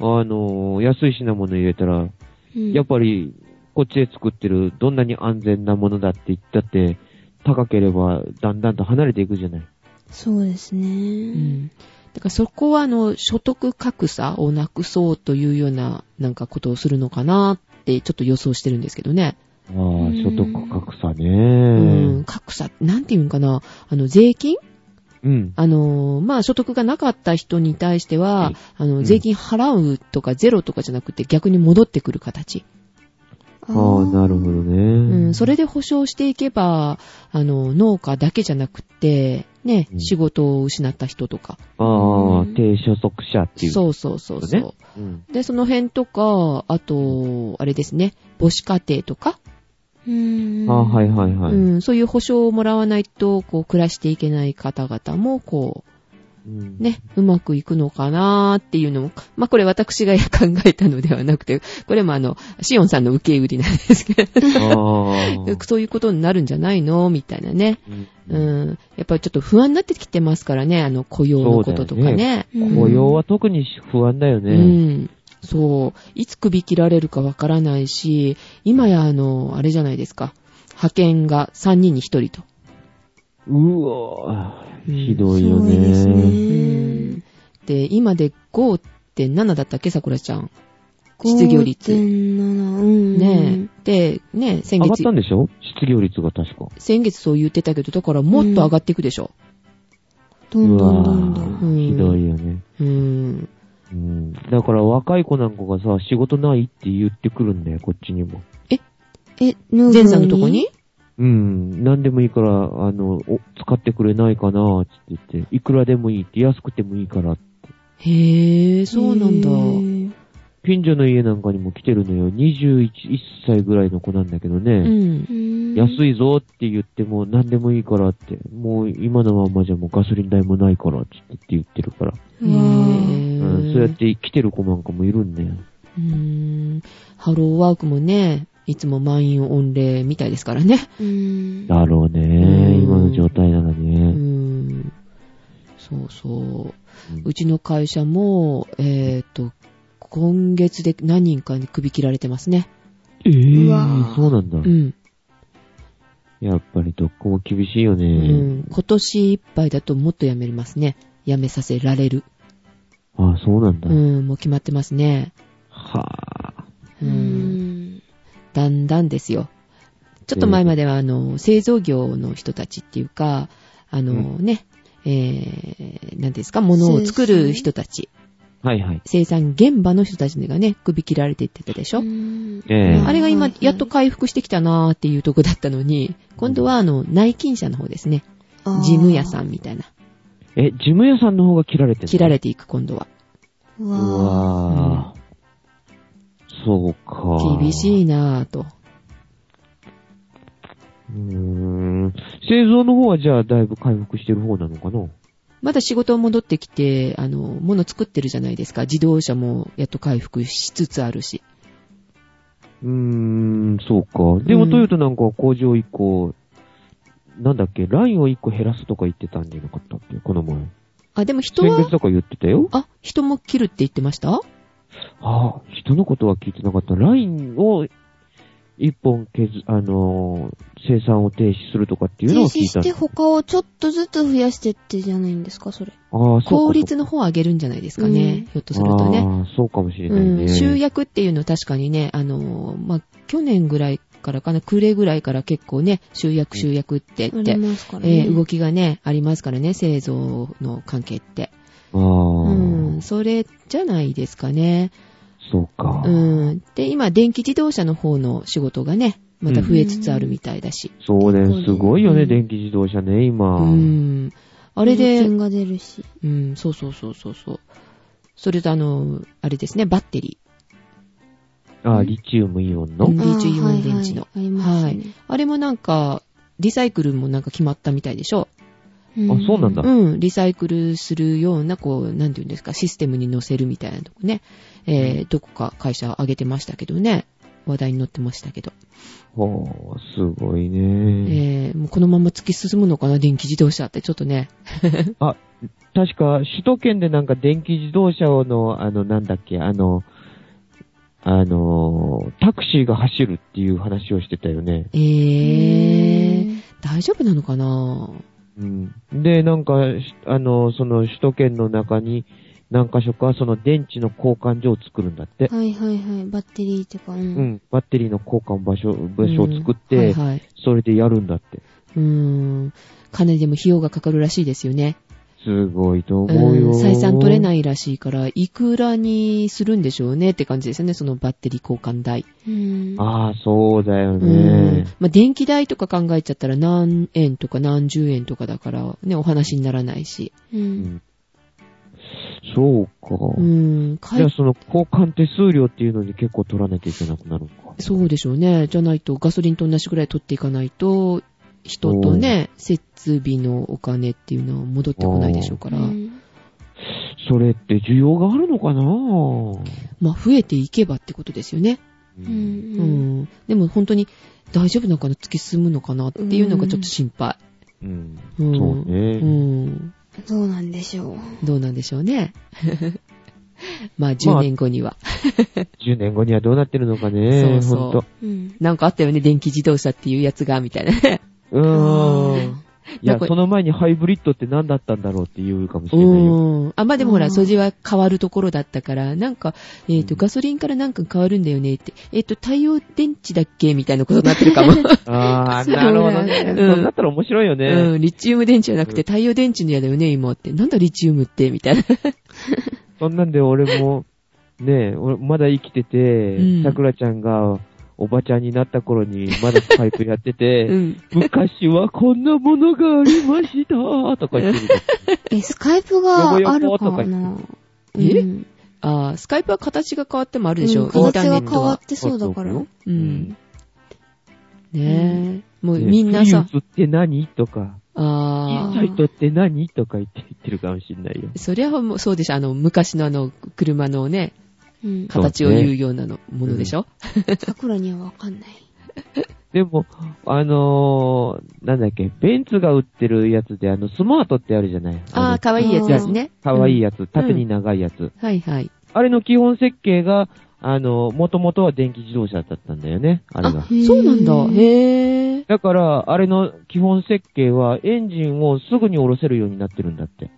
B: あのー安い品物入れたら、
A: うん
B: やっぱり、こっちで作ってる、どんなに安全なものだって言ったって、高ければ、だんだんと離れていくじゃない。
A: そうです
C: う
A: ね。
C: ん。だからそこは、あの、所得格差をなくそうというような、なんかことをするのかなって、ちょっと予想してるんですけどね。
B: ああ、
A: ん
B: 所得格差ね。
C: うん
B: う
C: 格差、なんていうんかな、あの、税金
B: ん。
C: あの、まあ、所得がなかった人に対して
B: は、
C: はいあの、
B: ん
C: 税金払うとかゼロとかじゃなくて逆に戻ってくる形。
A: あ
B: ああ、なるほど
C: う
B: ね。
C: ん、それで保障していけば、あの、農家だけじゃなくて、ね
B: う、ん
C: 仕事を失った人とか。
B: あ
A: う
B: あ
A: ん、
B: 低所得者っていう。
C: そうそうそう
B: そう
C: そ
B: ね
C: う。
B: うん。
C: で、その辺とか、あと、あれですね、母子家庭とか、。
A: うん。
B: ああ、はいはいはいう
C: ん、そういう保障をもらわないと、こう、暮らしていけない方々も、こ
B: うん
C: う、ね、うまくいくのかなーっていうのも、まあ、これ私が考えたのではなくて、これもあの、シオンさんの受け売りなんですけど、
B: あ あ。
C: そういうことになるんじゃないのみたいなね。う
B: うん
C: ん、やっぱりちょっと不安になってきてますからね、あの、雇用のことと
B: そ
C: か
B: うだ
C: ね。
A: うん
B: 雇用は特に不安だよ
C: う
B: ね。
C: ん。そう。いつ首切られるかわからないし、今やあの、あれじゃないですか。派遣が3人に1人と。
B: うわぁ、
C: うん
B: ひど
A: す
B: いよ
A: ご
B: ね。
A: いです
C: うん
A: ね。
C: で、今で5.7だったっけ、桜ちゃん。
A: 5.7
C: 失業率。
A: うん。
C: ねえ。で、ねえ、先
B: 上がっ
C: 月
B: た、んでしょ失業率が確か。
C: 先月そう言ってたけど、だからもっと上がっていくでしょ。
A: どん
B: う
A: ど
B: わ
A: んどんど
B: ぁ、
A: ん。
C: ん
B: ひどいよね。
C: うん。
B: うん。だから若い子なんかがさ、仕事ないって言ってくるんだよ、こっちにも。
A: え、ヌー
C: 前さんのとこに
B: うん。何でもいいから、あの、お使ってくれないかなって言って、いくらでもいいって、安くてもいいから。
C: へえ、そうなんだ。
A: へー
B: 近所の家なんかにも来てるのよ。21、1歳ぐらいの子なんだけどね。
C: うん
A: う。ん
B: 安いぞって言っても何でもいいからって、もう今のままじゃもうガソリン代もないからって言って言ってるから、
A: うわぁ
B: う
C: へえ
B: ん、そうやって来てる子なんかもいるんだよ。
C: うーんハローワークもね、いつも満員御礼みたいですからね。
A: うん。
B: だろうね、
C: ん
B: 今の状態なら
C: うー
B: ね。
C: ん。そうそう。
B: う
C: うちの会社も、えっ、と、今月で何人かに首切られてますね。
B: え
A: うわ
B: ー、そうなんだ
C: う。ん。
B: やっぱりどこも厳しいよ
C: う
B: ね。
C: ん、今年いっぱいだともっと辞めれますね。辞めさせられる。
B: ああ、そうなんだ
C: う。ん、もう決まってますね。
B: はあ。
C: う。
A: うんん。
C: だんだんですよ。ちょっと前までは、あの、製造業の人たちっていうか、あのね、えー、なんですか、物を作る人たち、
B: はいはい。
C: 生産現場の人たちがね、首切られていってたでしょ、
A: うん
B: ええ
C: あれが今、やっと
A: 事
C: 回復してきたなーっていうとこだったのに、今度は、あの、内勤者の方ですね。事務屋さんみたいな。
B: え、事務屋さんの方が切られてる
C: 切ら
B: れ
C: れていく、今度は。
A: ん。う
B: う
A: わぁ
B: わあ。そうか。
C: 厳しいなーと。
B: うーん製造の方はじゃあだいぶ回復してる方なのかな
C: まだ仕事戻ってきて、あの、物作ってるじゃないですか。自動車もやっと回復しつつあるし。
B: うーん、そうか。で
C: う
B: も
C: ん
B: トヨタなんかは工場1個、なんだっけ、ラインを1個減らすとか言ってたんじゃなかったっけこの前。
C: あ、でも人
B: 先
C: は
B: 月、とか言ってたよ。
C: あ、人も切るって言ってました
B: ああ、人のことは聞いてなかった。ラインを1本削、あのー生産を停止するとかっていうのを
A: 停
B: 聞
A: 止
B: いた
A: して
B: んだ
A: 他をちょっとずつ増やしてってじゃないんですか、それ。
B: ああ、そうか。
C: 効率の方を上げるんじゃないですかね。
A: うん
C: ひょっとするとね。
B: ああ、そうかもしれな
C: う
B: い
C: ん、
B: ね。
C: 集約っていうのは確かにね、あのー、まあ、去年ぐらいからかな、暮れぐらいから結構ね、集約集約って
A: あ
C: 言って、
A: りますから
C: え
A: ね。
C: ー動きがね、ありますからね、製造の関係って。
B: ああ、
C: うん、それじゃないですかね。
B: そうか。
C: うん。で、今、電気自動車の方の仕事がね、また増えつつあるみたいだし。
B: そうだよ、
A: 結構
B: す
A: ね
B: ごいよね、
C: うん
B: 電気自動車ね、今。
C: うん。あれ
A: 補
C: で
A: 助、金が出るし。
C: うん、そうそうそうそうそう。それとあの、あれですね、バッテリ
B: あ、リチウムイオンの、
C: うんリチウム
A: あー
C: 電池の
A: はいはいあります
C: はいー。あれもなんか、リサイクルもなんか決まったみたいでしょ。
A: ね。
B: あそうなんだ
C: うん、リサイクルするような、こう、なんていうんですか、システムに載せるみたいなとこね。えー、どこか会社上げてましたけどね。話題に載ってましたけど。
B: ほう、すごいね。
C: えー、もうこのまま突き進むのかな、電気自動車って。ちょっとね。
B: 確か、首都圏でなんか電気自動車の、あの、なんだっけ、あの、あの、タクシーが走るっていう話をしてたよね。
C: え
A: へ
C: ー、
A: ー。
C: 大丈夫なのかな
B: うん。で、なんか、しあの、その首都圏の中に何箇所かその電池の交換所を作るんだって。
A: はいはいはい。バッテリーとか。う。
B: うんん。バッテリーの交換場所、場所を作って、
C: うんはいはい。
B: それでやるんだって。
C: うーん。かなりでも費用がかかるらしいですよね。
B: すごいと思うよ。。
C: うん、採算取れないいらしいから、いくらにするんでしょうねって感じですよね、そのバッテリー交換代。
A: うん。
B: ああ、そうだよ
C: うん
B: ね。。
C: まあ、電気代とか考えちゃったら何円とか何十円とかだから、ね、お話にならないし。
A: う。
B: うんんそうか。
C: うん、か
B: じゃあ
C: い、
B: その交換手数料っていうのに結構取らなきゃいけなくなるのか。
C: そうでしょうね。じゃないとガソリンと同じくらい取っていかないと、人とね、設備のお金っていうのは戻ってこないでしょうから、
A: うん
B: それって需要があるのかな
C: まあ増えていけばってことですよね。
A: う。
C: うんん。でも本当に大丈夫なのかな突き進むのかなっていうのがちょっと心配。
B: うん。
C: う
B: そうん
C: う
B: ね。
C: ん。
A: そうなんでしょう。
C: どうなんでしょうね。 まあ10年後には。
B: 10年後にはどうなってるのかね。
C: そうそう
B: ほんと。
A: うん。
C: なんかあったよね、電気自動車っていうやつが、みたいなね。
B: うーん。いや
C: なん、か
B: その前にハイブリッドって何だったんだろうって言うかもしれないよ。
C: うん。 あ、まあでもほ
A: う
C: ら、
A: ん
C: 素地は変わるところだったから、なんか、えっ、と、
B: うん
C: ガソリンからなんか変わるんだよねって、えっ、と、太陽電池だっけみたいなことになってるかも。
B: あ ー、なるほどね。
C: うん
B: そうなったら面白い よね。
C: うん、リチウム電池じゃなくて太陽電池のやだよね、今って。なんだリチウムってみたいな。
B: そんなんで俺も、ねえ、俺まだ生きて
C: うん
B: て、桜ちゃんがおばちゃんになった頃にまだパイプやってて、
C: うん。
B: 昔はこんなものがありましたとか言ってる。
A: え、スカイプがある
B: ヨボヨボと
A: か
B: か
A: な
B: 言
C: え
A: うん
C: ああ、スカイプは形が変わってもあるでしょ、
A: うん
C: インタ
A: 形
C: ー
A: が
C: ネッ
A: 変
C: ト
A: わ
C: は
A: っ。てそうだから。
B: ね
C: うん。
A: ん
C: ねえ。もうみんなさ
B: フ、リウスって何とか、イ
C: あ
B: ンサイ
C: あ。
B: トって何とか言って言ってるかもしれないよ。
C: そりゃもうそうでしょ。あの、昔のあの、車のね、
A: うん。
C: 形を言うようなの、ものでしょ、
A: 桜にはわかんない。
B: でも、あのー、なんだっけ、ベンツが売ってるやつで、あの、スマートってあるじゃない
C: ああ、
B: の
C: かわいいやつですね。
B: かわいいやつ、縦に長いやつ。
C: はいはい。
B: あれの基本設計が、あの、もともとは電気自動車だったんだよね、あれが。
C: そうなんだ。
A: え。
C: へえ。
B: だから、あれの基本設計は、エンジンをすぐに下ろせるようになってるんだって。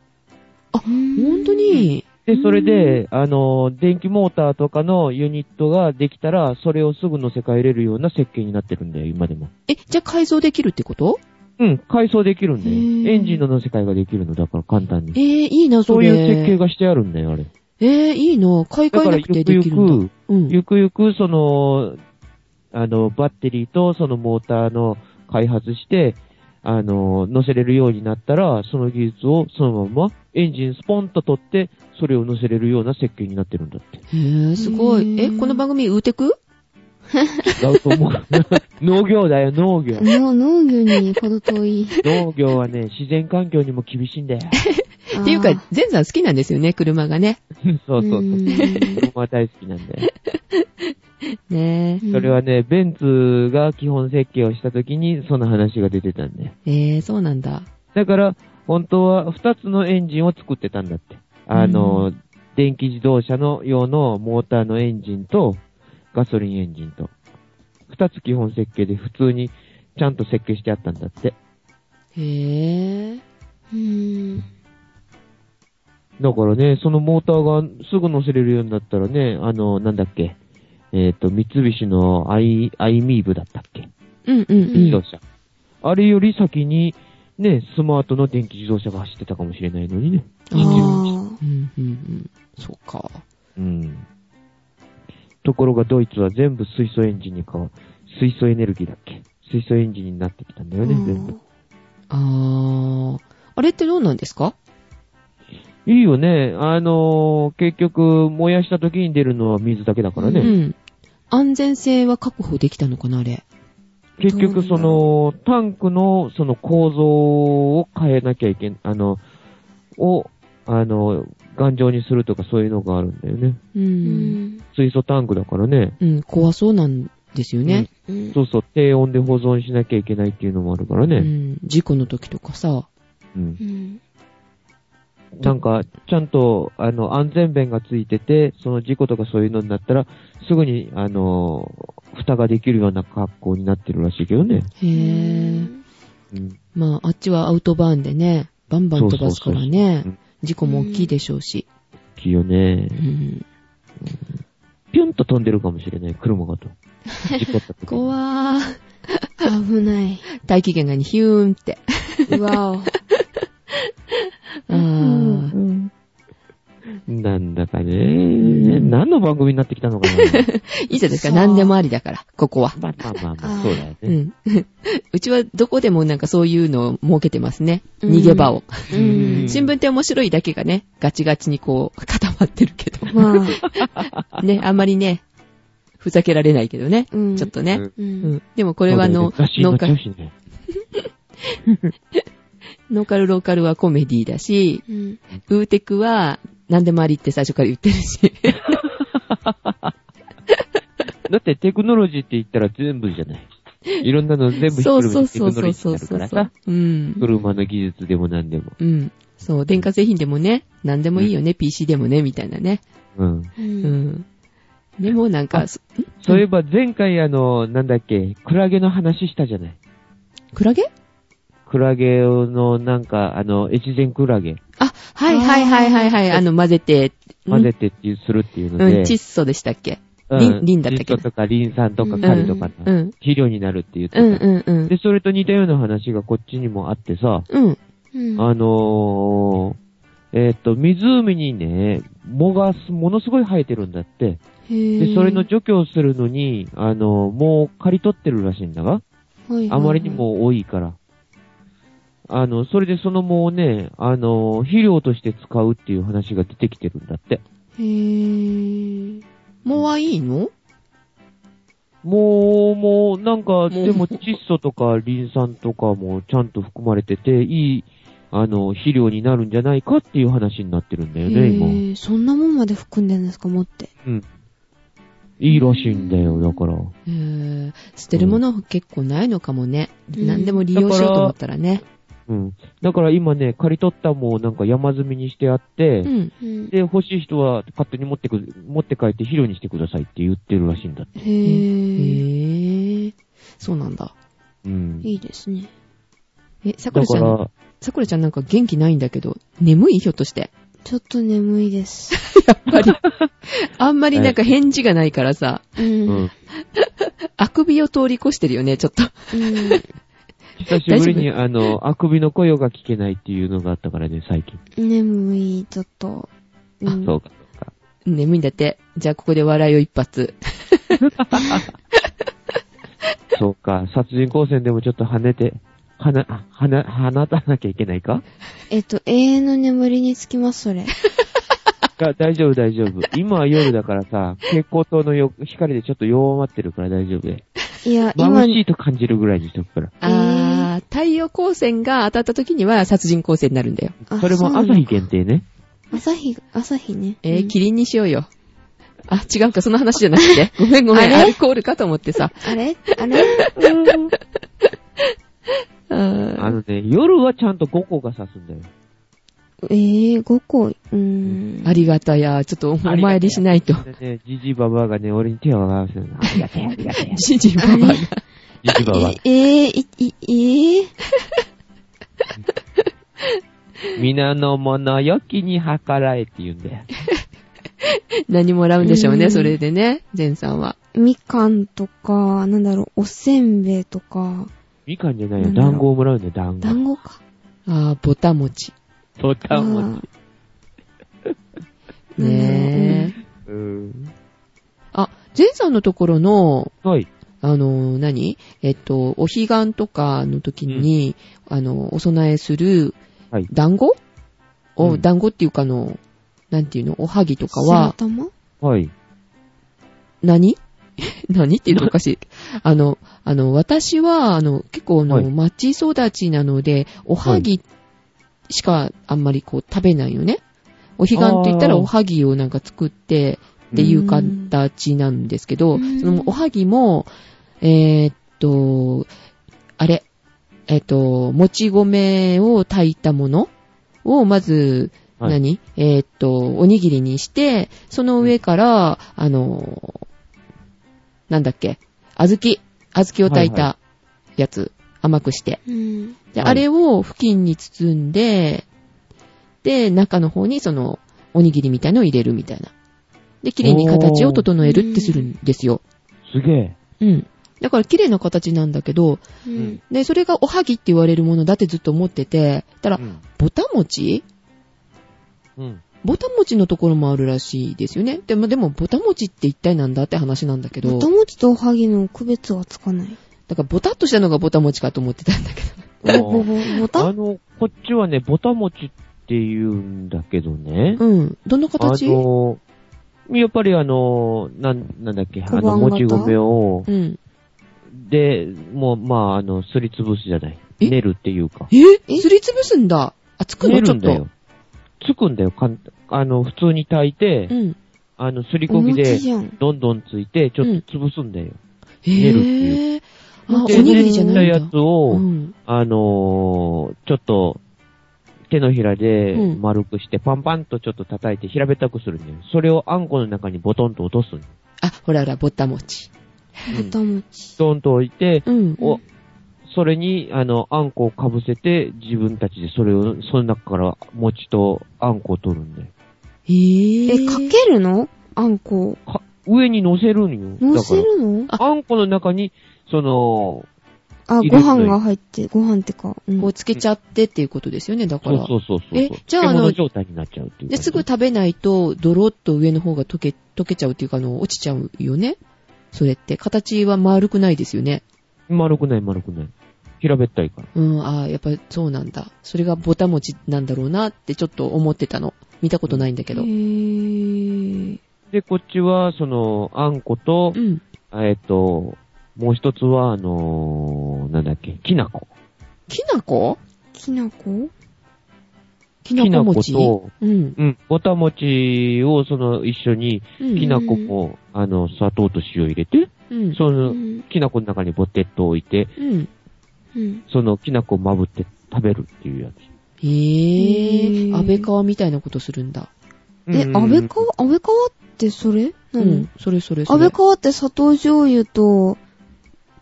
C: ほんとに。
B: で、それで、あの、電気モーターとかのユニットができたら、それをすぐ乗せ替えれるような設計になってるんだよ、今でも。
C: え、じゃあ改造できるってこと
B: うん、改装できるんだ
A: へー
B: よ。エンジンの乗せ替えができるのだから、簡単
C: え
B: に。
C: ー、いいな、
B: そ
C: そうれ。
B: いう設計がしてあるんだよ、あれ。
C: えー、いいな。買い
B: だ
C: 替え
B: から、
C: な
B: ゆ
C: く
B: く
C: てで
B: ゆ
C: きるんだ。
B: く、
C: うん。
B: ゆくゆく、その、あの、バッテリーとそのモーターの開発して、あの、乗せれるようになったら、その技術をそのままエンジンスポンと取って、それを乗せれるような設計になってるんだって。
C: へー、すごい。え、
A: うん
C: この番組、ウーテク
B: 違うと思う。農業だよ、農業。
A: もう農業にほど遠 い。
B: 農業はね、自然環境にも厳しいんだよ。
A: っ
C: っていうか、全山好きなんですよね、車がね。
B: そうそうそう。
A: うん
B: 僕は大好きなんだよ。
C: ね
B: それはね、ベンツが基本設計をした時に、その話が出てたんだよ。
C: え。えー、そうなんだ。
B: だから、本当は2つのエンジンを作ってたんだって。あの、電気自動車の用のモーターのエンジンと、ガソリンエンジンと。2つ基本設計で普通にちゃんと設計してあったんだって。
C: へー。
A: うん。
B: だからね、そのモーターがすぐ乗せれるようになったらね、あの、なんだっけ。えっ、と、三菱のアイ、アイミーブだったっけ
C: うんうんうん。
B: 自動車。あれより先に、ね、スマートの電気自動車が走ってたかもしれないのにね。
A: あ
B: 人
A: ー
C: うんうんうん。そうか。
B: うん。ところがドイツは全部水素エンジンに変わ、水素エネルギーだっけ水素エンジンになってきたんだよね、全部。
C: あー。あれってどうなんですか
B: いいよね。あのー結局、燃やした時に出るのは水だけだからね。
C: うん。安全性は確保できたのかな、あれ。
B: 結局、その、タンクの、その構造を変えなきゃいけん、あの、を、あの、頑丈にするとかそういうのがあるんだよね。
A: う
C: う。
A: んん。
B: 水素タンクだからね。
C: うん、怖そうなんですよね。
A: うん
B: そうそう、低温で保存しなきゃいけないっていうのもあるから
C: う
B: ね。
C: ん。事故の時とかさ。
B: うん
A: うん。
B: なんか、ちゃんと、あの、安全弁がついてて、その事故とかそういうのになったら、すぐに、あの、蓋ができるような格好になってるらしいけどね。
C: へー。
B: うん。
C: まあ、あっちはアウトバーンでね、バンバン飛ばすか
B: そ
C: らね
B: うそうそうそううん、
C: 事故も大きいでしょうし。
B: 大きいよね
C: う。ん。
B: ピュンと飛んでるかもしれない、車が と。事故った時。い。
C: 怖ー。
A: 危 ない。
C: 大気圏外にヒューンって。
A: わお。
C: あー
B: なんだかね。何の番組になってきたのか な。
C: いいじゃないですか、
A: そう
C: 何でもありだから、ここは。
B: まあまあまあま
A: あー
B: あ、そうだよ
C: う
B: ね。
C: ん。 うちはどこでもなんかそういうのを設けてますね。
A: うん
C: 逃げ場を。
A: うん。
C: 新聞って面白いだけがね、ガチガチにこう固まってるけど。
A: まあ、
C: ね、あんまりね、ふざけられないけどね。
A: うん
C: ちょっとね。
B: うん
A: う。
C: うんん。でもこれはあ
B: そ
C: の、
B: うだよね雑誌にな
C: 農
B: っちゃう
C: 家、
B: しね。
C: ノーカルローカルはコメディだし、
A: うん。
C: ウーテクは何でもありって最初から言ってるし。
B: だってテクノロジーって言ったら全部じゃない。いろんなの全部ひっ
C: そ
B: く
C: う
B: る
C: そう
B: めてテク
C: そう
B: ノ
C: そ
B: ロ
C: う
B: ジー
C: そ
B: になるか
C: うそう
B: らさ。
C: うん。
B: 車の技術でも何でも。
C: うん。そう、電化製品でもね、何でもいいよね、PC でもね、みたいなね。
B: うん。
A: う。
C: うんん。でもなんか
B: あ、そういえば前回あの、なんだっけ、クラゲの話したじゃない。
C: クラゲ
B: クラゲのなんか、あの、越前クラゲ
C: あ、はいはいはいはいはい、あの、混ぜて、うん
B: 混ぜてっていう、するっていうの
C: うん、
B: で、
C: 窒素でしたっけ
B: う
C: リンリンだったっけ
B: 窒素とかリン酸とかカリとかの
C: うんうん
B: 肥料になるって言ってた。
C: うんうんうん。
B: で、それと似たような話がこっちにもあってさ、
C: うん。
A: うん。
B: あのー、えっ、と、湖にね、藻がすものすごい生えてるんだって。
A: で
B: で、それの除去をするのに、あのー、もう刈り取ってるらしいんだが、あまりに。も多いから。あの、それでその藻をね、あのー、肥料として使うっていう話が出てきてるんだって。
A: へぇー。
C: もうはいいの
B: もう、もう、なんか、
C: う
B: でも窒素とかリン酸とかもちゃんと含まれてて、いい、あの、肥料になるんじゃないかっていう話になってるんだよね、今。
A: へーそんなもんまで含んでるんですか、持って。
B: いいらしいんだよ、だから。
C: えー捨てるもの結構ないのかもね。
A: うん
C: 何でも利用しようと思ったらね。
B: うん。だから今ね、刈り取ったもうなんか山積みにしてあって、
C: うん。
A: うん。
B: で、欲しい人は勝手に持ってく、持って帰って肥料にしてくださいって言ってるらしいんだって。
A: へ
C: へ
A: ぇー。
C: ー。そうなんだ。
B: うん。
A: いいですね。
C: え、さく
B: だ
C: らち
B: か
C: ゃん、
B: ら、
C: さくらちゃんなんか元気ないんだけど、眠いひょっとして。
A: ちょっと眠いです。
C: やっぱり。あんまりなんか返事がないからさ、
A: うん。
B: う
A: うん
B: ん。
C: あくびを通り越してるよね、ちょっと。
B: 久しぶりにあの、あくびの声が聞けないっていうのがあったからね、最近。
A: 眠い、ちょっと。う
B: あ、
A: ん
B: そうか、そうか。
C: 眠いんだって。じゃあここで笑いを一発。
B: そうか、殺人光線でもちょっと跳ねて、はな、あはな、放たなきゃいけないか
A: えっと、永遠の眠りにつきます、それ。
B: が大丈夫、大丈夫。今は夜だからさ、蛍光灯のよ光でちょっと弱まってるから大丈夫で。
A: いや、今、
B: 眩しいと感じるぐらいにしとくから。
C: あー、太陽光線が当たった時には殺人光線になるんだよ。
A: あ
B: それも朝日限定ね。
A: 朝日、朝日ね。
C: えー
A: うん
C: キリンにしようよ。あ、違うか、その話じゃなくて。 ごめんごめん、
A: あれ
C: アルコールかと思ってさ。
A: あれあれ
C: うーん
B: あのね、夜はちゃんと5個が差すんだよ。
A: えぇー、5個。うーん。
C: ありがたや、ちょっとお参りしないと。
B: でね、ジジイババアがね、俺に手を合わせるの。ありがてえ、ありがて え。
C: ジジババが。
B: ジジイバ バ
A: ええー、い、い、えー、
B: ア。皆の者よきに計らえって言うんだよ。
C: 何もらうんでしょう
A: う
C: ね、
A: ん
C: それでね、ゼンさんは。
A: みかんとか、なんだろう、おせんべいとか、
B: みかんじゃないよ。
A: なんだろう
B: 団子をもらうんだよ、団子。
A: 団子か。
C: あー、ぼたもち。
B: とたも
A: あ
B: ち。
A: ー
C: ね
B: う
C: え。
B: ーん。
C: あ、ゼンさんのところの、
B: はい。
C: あの、何えっと、お彼岸とかの時に、あの、お供えする
B: はい、
C: 団子、を
B: うん
C: 団子っていうかあの、なんていうのおはぎとか
A: 白
C: は、
A: 玉
B: はい。
C: 何 何っていうのお かしい。あの、あの、私は、あの、結構あの、
B: はい
C: 町育ちなので、おはぎしかあんまりこう食べないよね。お彼岸って言ったら
B: あー
C: おはぎをなんか作ってっていう形なんですけ
A: う
C: ど、
A: ん
C: そのおはぎも、えーっと、あれ、えーっと、もち米を炊いたものをまず、
B: はい
C: 何えーっと、おにぎりにして、その上から、あのー、なんだっけ、小豆、小豆を炊いたやつ、甘くして。
A: うん。
C: で、
B: はい
C: あれを布巾に包んで、で、中の方にその、おにぎりみたいのを入れるみたいな。で、綺麗に形を整えるってするんですよ。
B: すげえ。
C: うん。だから綺麗な形なんだけど、
A: うん。
C: で、それがおはぎって言われるものだってずっと思ってて、たら
B: う、ん
C: ぼたもち
B: うん。
C: ぼたもちのところもあるらしいですよね。でも、でも、ぼたもちって一体なんだって話なんだけど
A: ぼ、たもちとおはぎの区別はつかない。
C: だから、ぼたっとしたのがぼたもちかと思ってたんだけど。
A: ぼ、ぼ、ぼ、ぼた
B: あの、こっちはね、ぼたもちって言うんだけどね。
C: うん。どんな
B: あ
C: 形う
B: の、やっぱりあの、なん、なんだっけ、あ
A: 小判
B: の、もち
A: 型
B: 米を、
C: ん。
B: で、もう、まあ、あの、すりつぶすじゃない。
C: え
B: 練るっていうか。
C: えすりつぶすんだ。あ、つく
B: 練
C: のち
B: る
C: ょっ
B: んだ
C: と
B: よ。。つくんだよ、かん、あの、普通に炊いて、
C: うん。
B: あの、すり
A: お
B: こぎ
A: 餅
B: で、
A: じゃん。
B: どんどんついて、ちょっと潰すんだよ。練るって
C: へぇー。あ、お
B: で
C: にぎりじゃな
B: 練
C: い
B: っ
C: ん
B: た
C: だ。
B: やつを、
C: うん。
B: あのー、ちょっと、手のひらで
C: うん
B: 丸くして、パンパンとちょっと叩いて平べったくするんだよ。それをあんこの中にボトンと落とすん よ
C: あ、ほらほら、ぼたもち。
A: ぼたもち。
B: ボトンと置いて、
C: うん。
B: お、それに、あの、あんこをかぶせて、自分たちでそれを、その中から餅とあんこを取るんだよ。
C: へぇ
A: え、かけるのあんこ。
B: か上に乗せるんよ。
A: 乗せ
B: だか
A: るの
B: らあんこの中に、その、
A: あ、
B: 入
A: ご
B: れるのよ
A: 飯が入って、ご飯ってか。うん
C: こうつけちゃってっていうことですよね、だか
B: そう
C: ら。
B: そうそうそう。
C: えじゃああの
B: 漬物状態になっちゃうっていうかね。
C: ですぐ食べないと、ドロッと上の方が溶け、溶けちゃうっていうか、あの、落ちちゃうよね。それって。形は丸くないですよね。
B: 丸くない丸くない。平べったいから。
C: うん、ああ、やっぱりそうなんだ。それがボタ餅なんだろうなってちょっと思ってたの。見たことないんだけど。
A: へー。
B: で、こっちは、その、あんこと
C: う、ん。
B: えっと、もう一つは、あのーなんだっけ、きなこ。
C: きなこ
A: きなこ
C: きなこ
B: き
C: 餅
B: なこと、
C: うん。
B: うん、ぼた餅を、その、一緒に、
C: うん
B: きなこも、あの、砂糖と塩入れて、
C: うん。
B: そうの、
A: ん。
B: きなこの中にボテッと置いて、
C: うん。
A: うん。
B: その、きなこをまぶって食べるっていうやつ。
C: へ
A: へ
C: ぇー。
A: ー
C: 安倍川みたいなことするんだ。
A: え、
B: う
A: 安
B: ん
A: 倍川安倍川ってそれ
C: う
A: 何
C: ん。それそれそ
A: 安
C: れ
A: 倍。川って砂糖醤油と、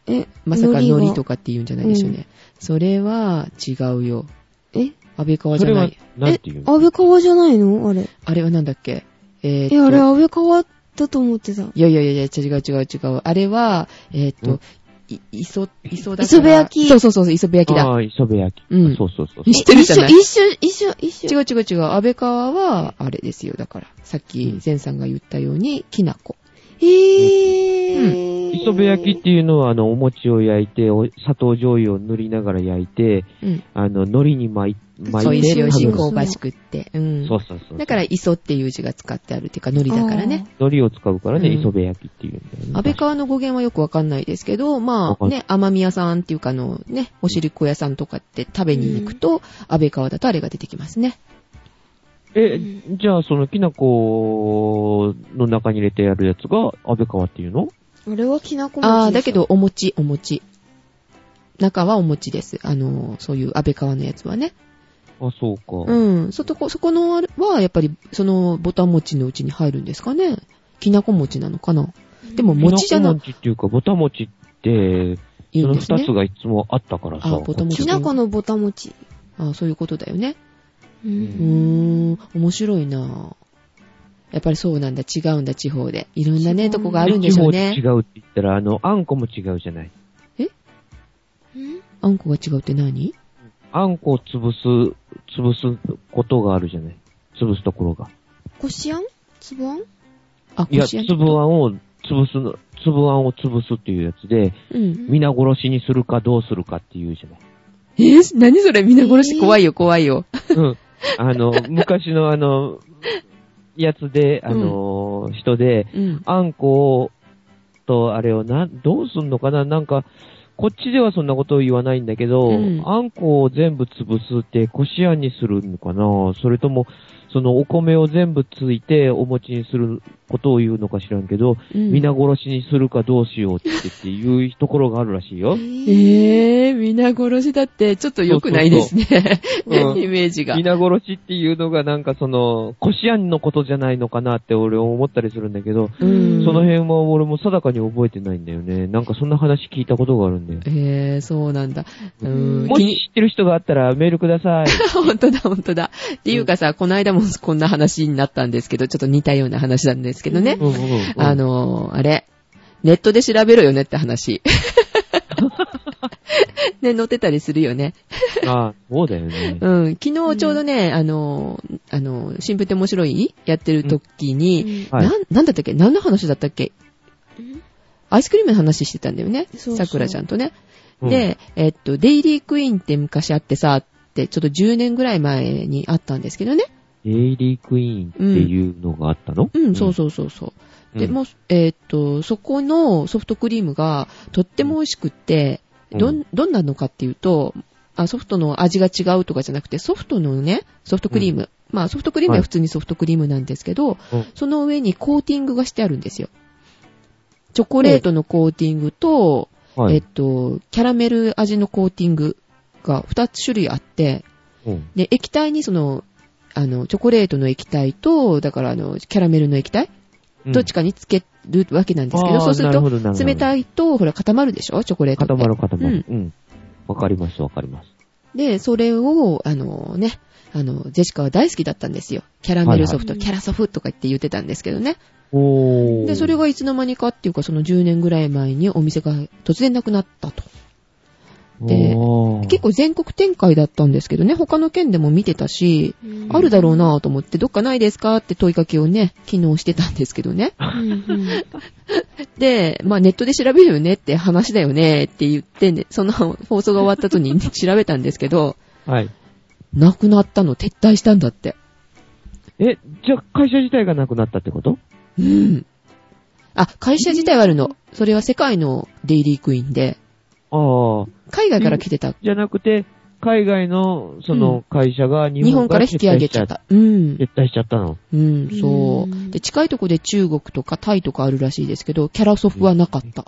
A: え、
C: まさか海
A: 海苔
C: 苔
A: が
C: とかって言うんじゃないでしょうね。それは違うよ。
A: え
C: 安倍川
B: そ
C: じゃ
B: れ
C: な。、
B: はいなんていうの
A: 安倍川じゃないのあれ。
C: あれはなんだっけえーっと
A: え、あれ安倍川だと思ってた。
C: いやいやいや、違う違う違う。あれは、えーっ
B: う
C: と
B: ん、
C: い、いそ、いそだから。
A: 磯辺焼き
C: そうそうそうそう、磯辺焼きだ。
B: ああ、磯辺焼き。
C: うん
B: そうそうそう。
C: 知ってるじゃない
A: え一緒、一緒、一緒、
C: 違
A: 一緒。
C: う違う違う。安倍川は、あれですよ。だから、さっ
B: う
C: き
B: ん、
C: 善さんが言ったように、きなこ。
A: えー。
B: 磯辺焼きっていうのは、あの、お餅を焼いて、お砂糖醤油を塗りながら焼いて、
C: うん。
B: あの、海苔に巻い巻
C: そ
B: いうて。
C: いう塩
A: し
C: し
A: い
B: 食べる
A: こ
C: 香ばしくって。うん。
B: そうそうそう。
C: だから、磯っていう字が使ってあるっていうか、海苔だからね。
B: 海苔を使うからね、
C: うん
B: 磯辺焼きっていうんだよね。
C: 安倍川の語源はよくわかんないですけど、ま
B: わか
C: あ
B: ん
C: ね、奄美屋さんっていうかあのね、おしりこ屋さんとかって食べに行くと、安倍川だとあれが出てきますね。
B: え、じゃあ、その、きなこの中に入れてやるやつが、安倍川っていうの
A: あ。あれはきなこ餅でしょ。
C: ああ、だけど、お餅、お餅。中はお餅です。あの、そういう安倍川のやつはね。
B: あ、そうか。
C: うん。そとこ、そこのあれは、やっぱり、その、ボタン餅のうちに入るんですかね。きなこ餅なのかな
A: うん、
C: でもも餅じゃな
B: きなこ餅っていうか、ぼた餅って、そ
C: 言うん
B: の
C: です
B: 二
C: ね
B: つ。がいつもあったからさ。
C: あぼた餅
A: きなこのぼた餅。
C: ああ、そういうことだよね。
A: う
C: うーん、面白いなやっぱりそうなんだ。違うんだ、地方で。いろんな
A: 違
C: ね、
A: う
C: とこがあるんでしょうね
B: 地。方で違うって言ったら、あの、あんこも違うじゃない。
A: うん
C: あんこが違うって何
B: あんこを潰す、潰すことがあるじゃない。潰すところが。
A: こしあんつぶあん
C: あ、
B: いや、
C: こしあん
B: 粒あんを潰すの、粒あんを潰すっていうやつで、
C: うん。
B: 皆殺しにするかどうするかっていうじゃない。
C: えー何それみんな殺して怖いよ、怖いよ。
B: うん。あの、昔のあの、やつで、あの、人で、
C: うん。
B: あんこを、と、あれをな、どうすんのかななんか、こっちではそんなことを言わないんだけど、
C: うん
B: あんこを全部潰すって、こしあんにするのかなそれとも、そのお米を全部ついてお餅にすることを言うのか知らんけど、
C: うん
B: 皆殺しにするかどうしようってっていうところがあるらしいよ。
A: え
C: えー、皆殺しだって、ちょっと良くないですね。
B: そうそううん
C: イメージが。
B: 皆殺しっていうのがなんかその、こしあんのことじゃないのかなって俺思ったりするんだけど、
C: うん
B: その辺は俺も定かに覚えてないんだよね。なんかそんな話聞いたことがあるんだよ。
C: えー、そうなんだ。うん。
B: も
C: 気
B: し
C: に
B: 知ってる人があったらメールくだ さい。
C: 本当だ、本当だ。っていうかさ、この間もこんな話になったんですけど、ちょっと似たような話なんですけどね
B: う。んうんうん
C: あ、のー、あれ、ネットで調べろよねって話。ね、載ってたりするよね。
B: あそうだよね。
C: うん。昨日ちょうどね、あのー、あのー、新聞って面白いやってる時に、
B: うんはい
C: なん、なんだったっけ何の話だったっけアイスクリームの話してたんだよね。
A: そうそう
C: さくらちゃんとね。
B: うん
C: で、えっと、デイリークイーンって昔あってさ、って、ちょっと10年ぐらい前にあったんですけどね。
B: デイリークイーンっていうのがあったの
C: うん、そうそうそうそう。
B: うん
C: で、もう、えーっと、そこのソフトクリームがとっても美味しくって、
B: うん
C: どん、どんなのかっていうと、あソフトの味が違うとかじゃなくて、ソフトのね、ソフトクリーム。まあ、ソフトクリームは普通にソフトクリームなんですけど、
B: うん
C: その上にコーティングがしてあるんですよ。チョコレートのコーティングと、
B: は
C: えー
B: い
C: っ。と、キャラメル味のコーティングが2つ種類あって、
B: うん
C: で、液体にその、あの、チョコレートの液体と、だからあの、キャラメルの液体
B: うん
C: どっちかにつけるわけなんですけど、
B: あー
C: そうする
B: な
C: と、
B: ほどなるほど
C: 冷たいと、ほら、固まるでしょチョコレートって。
B: 固まる固まる。うん。わかります、わかります。
C: で、それを、あのね、あの、ジェシカは大好きだったんですよ。キャラメルソフト、
A: はいはい
C: キャラソフとか言って言ってたんですけどね。
B: おー。
C: で、それがいつの間にかっていうか、その10年ぐらい前にお店が突然なくなったと。で
B: おー
C: 結、構全国展開だったんですけどね、他の県でも見てたし、
A: うん
C: あるだろうなぁと思って、どっかないですかって問いかけをね、昨日してたんですけどね。
A: うん うん
C: で、まあネットで調べるよねって話だよねって言ってね、その放送が終わった後 に、調べたんですけど、
B: はい。
C: なくなったの、撤退したんだって。
B: え、じゃあ会社自体がなくなったってこと
C: うん。あ、会社自体はあるの。それは世界のデイリークイーンで、
B: ああ。
C: 海外から来てた。
B: じゃなくて、海外の、そうの、会社が
C: 日
B: 日本
C: 本か
B: からら
C: 引き上げちゃっ。た。うん。
B: 撤退しちゃったの。
C: うん、そうう。
A: ん
C: で、近いとこで中国とかタイとかあるらしいですけど、キャラソフはなかった。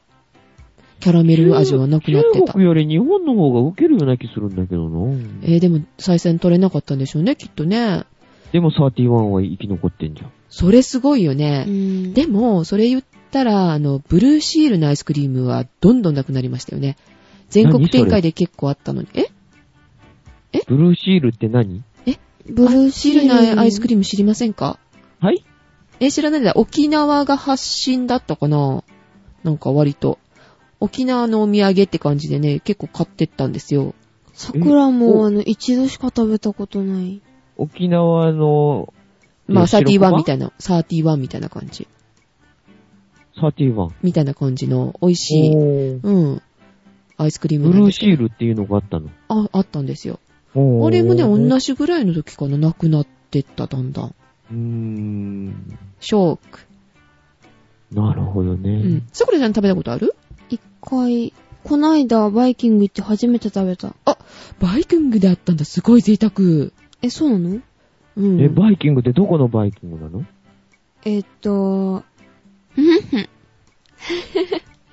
C: キャラメル味はなくなって
B: 中
C: た。
B: 国より日本の方がウケるような気するんだけどな。
C: えー、でも、再選取れなかったんでしょうね、きっとね。
B: でも31は生き残ってんじゃん。
C: それすごいよ
A: う
C: ね。
A: ん
C: でも、それ言ったら、あの、ブルーシールのアイスクリームはどんどんなくなりましたよね。全国展開で結構あったのに。え
B: ブルーシールって何
A: ブルーシール
C: のアイスク
A: リ
C: リーム知りませんか
B: はい
C: え、知らないんだ。沖縄が発信だったかななんか割と。沖縄のお土産って感じでね、結構買ってったんですよ。
A: 桜
B: うん
A: も、
B: お
A: あの、一度しか食べたことない。
B: 沖縄の、
C: まあ、31み
B: い
C: たいな、31みたいな感じ。
B: な。31。
C: みたいな感じの美味しい、
B: おー
C: うん。アイスクリーム
B: ブ
C: なん
B: ル
C: で
B: ー
C: す
B: シールっていうのがあったの。
C: あ、あったんですよ。
B: お
C: あれも
B: じ。
C: ね、同じぐらいの時かな、なくなってった、だんだん。
B: うーん。
C: ショック。
B: なるほどね。
C: うん。さくらちゃん食べたことある
A: 一回、こないだバイキング行って初めて食べた。
C: バイキングであったんだ、すごい贅沢。
A: え、そうなの
C: うん。
B: え、バイキングってどこのバイキングなの
A: えっと、うんふん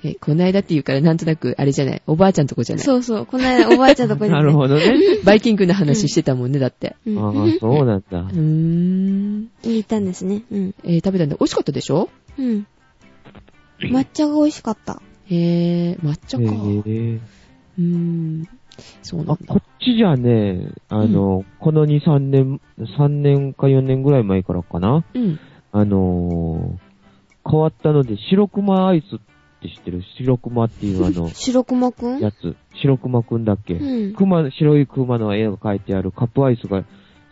C: え、こないだって言うからなんとなく、あれじゃない、おばあちゃんとこじゃない。
A: そうそう、こないだおばあちゃんとこに、
B: なるほどね。
C: バイキングの話してたもんね、だって。
A: うん
B: ああ、そうなんだ
C: う。ーん。
A: に行ったんですね。うん。
C: えー食べたんだ。美味しかったでしょ
A: うん。抹茶が美味しかった。、
C: へえー、抹茶か。う
B: え
C: ーん。そうなん
B: あ、こ
C: だ
B: っ。ちじゃね、あの、この2、3年、3年か4年ぐらい前からかな。
C: うん。
B: あのー、変わったので、白熊アイスって知ってる白熊っていうあの
A: 白熊くん
B: やつ。白熊くんだっけ、
A: うん。
B: 熊、白い熊の絵が描いてあるカップアイスが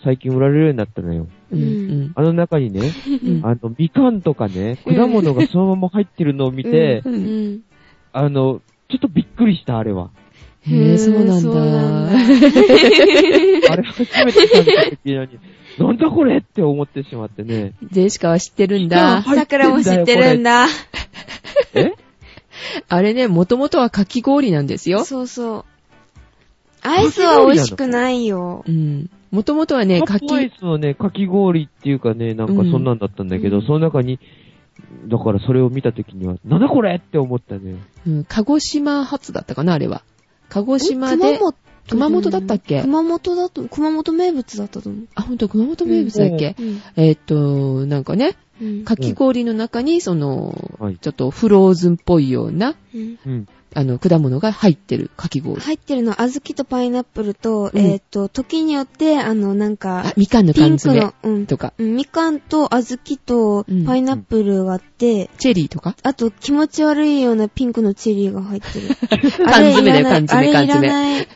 B: 最近売られるようになったのよ。
C: うん。うん。
B: あの中にね、
C: うん
B: あの、みかんとかね、果物がそのまま入ってるのを見て、
C: う。
A: うんん。
B: あの、ちょっとびっくりした、あれは。
C: へえ、そうなん
A: そうな
C: だ。
A: んだ。
B: あれ初めて食べた時なのに、なんだこれって思ってしまってね。
C: ジェシカは知ってるん
B: あ
C: だ
B: 知。入ってんだよ
A: 桜も知ってるんだ。
B: え
C: あれね、もともとはかき氷なんですよ。
A: そうそう。アイスは美味しくないよ。
C: うん。もともとはね、
B: カ
C: か
B: ップアイ
C: き、
B: スのね、かき氷っていうかね、なんかそんなんだったんだけど、
A: うん
B: その中に、だからそれを見た時には、なんだこれって思ったね。
C: うん、鹿児島発だったかな、あれは。鹿児島
A: 熊
C: で、
A: 本
C: 熊本だったっけ
A: 熊本だと、熊本名物だったと思う。
C: あ、ほんと、熊本名物だっけ
A: うん。
C: えーっと、なんかね、
A: うん。
C: かき氷の中に、その、
B: はい
C: ちょっとフローズンっぽいような、
A: うん
B: うん。
C: あの、果物が入ってるかき氷。
A: 入ってるの、小豆とパイナップルと、
C: うん
A: えっと、時によって、あの、なん
C: あ
A: か、、
C: みかんの
A: ピ
C: 缶
A: ンク
C: 詰
A: の、うん。
C: とか、
A: うんみかんと小豆と
C: うん
A: パイナップルがあって、
C: チェリーとか。
A: あと気持ち悪いようなピンクのチェリーが入 ってる。あ
C: 缶
A: れい
C: 詰だ
A: ら
C: よ、
A: ない
C: 缶、
A: あれ
C: 詰、缶
A: いら
C: 詰。
A: ない。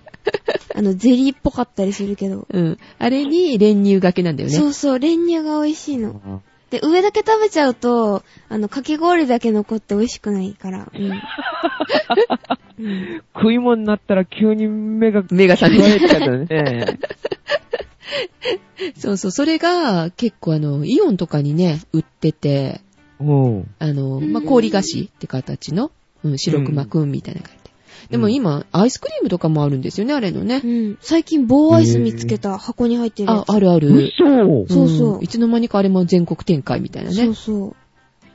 A: あの、ゼリーっぽかったりするけど。
C: うん。あれに練乳がけなんだよ
A: そ
C: ね。
A: うそう、練乳が美味しいの。
B: あ
A: で、上だけ食べちゃうと、あの、かき氷だけ残って美味しくないから。うん。うん
B: 食い物になったら急に目が、
C: 目が覚め
B: 食わ
C: る。
B: れちゃ ったね。
C: そうそう、それが結構あの、イオンとかにね、売ってて、
B: うん。
C: あの、まあ、
A: うん
C: 氷菓子って形の、うん、白熊くんみたいな感じで。でも今、アイスクリームとかもあるんですよね、あれのね
A: う。ん。最近棒アイス見つけた箱に入ってるや
C: あ、
A: つ。
C: あるあ
B: うん、
C: る。
B: 嘘
A: そうそうん
C: いつの間にかあれも全国展開みたいな
A: そう
C: ね。
A: そ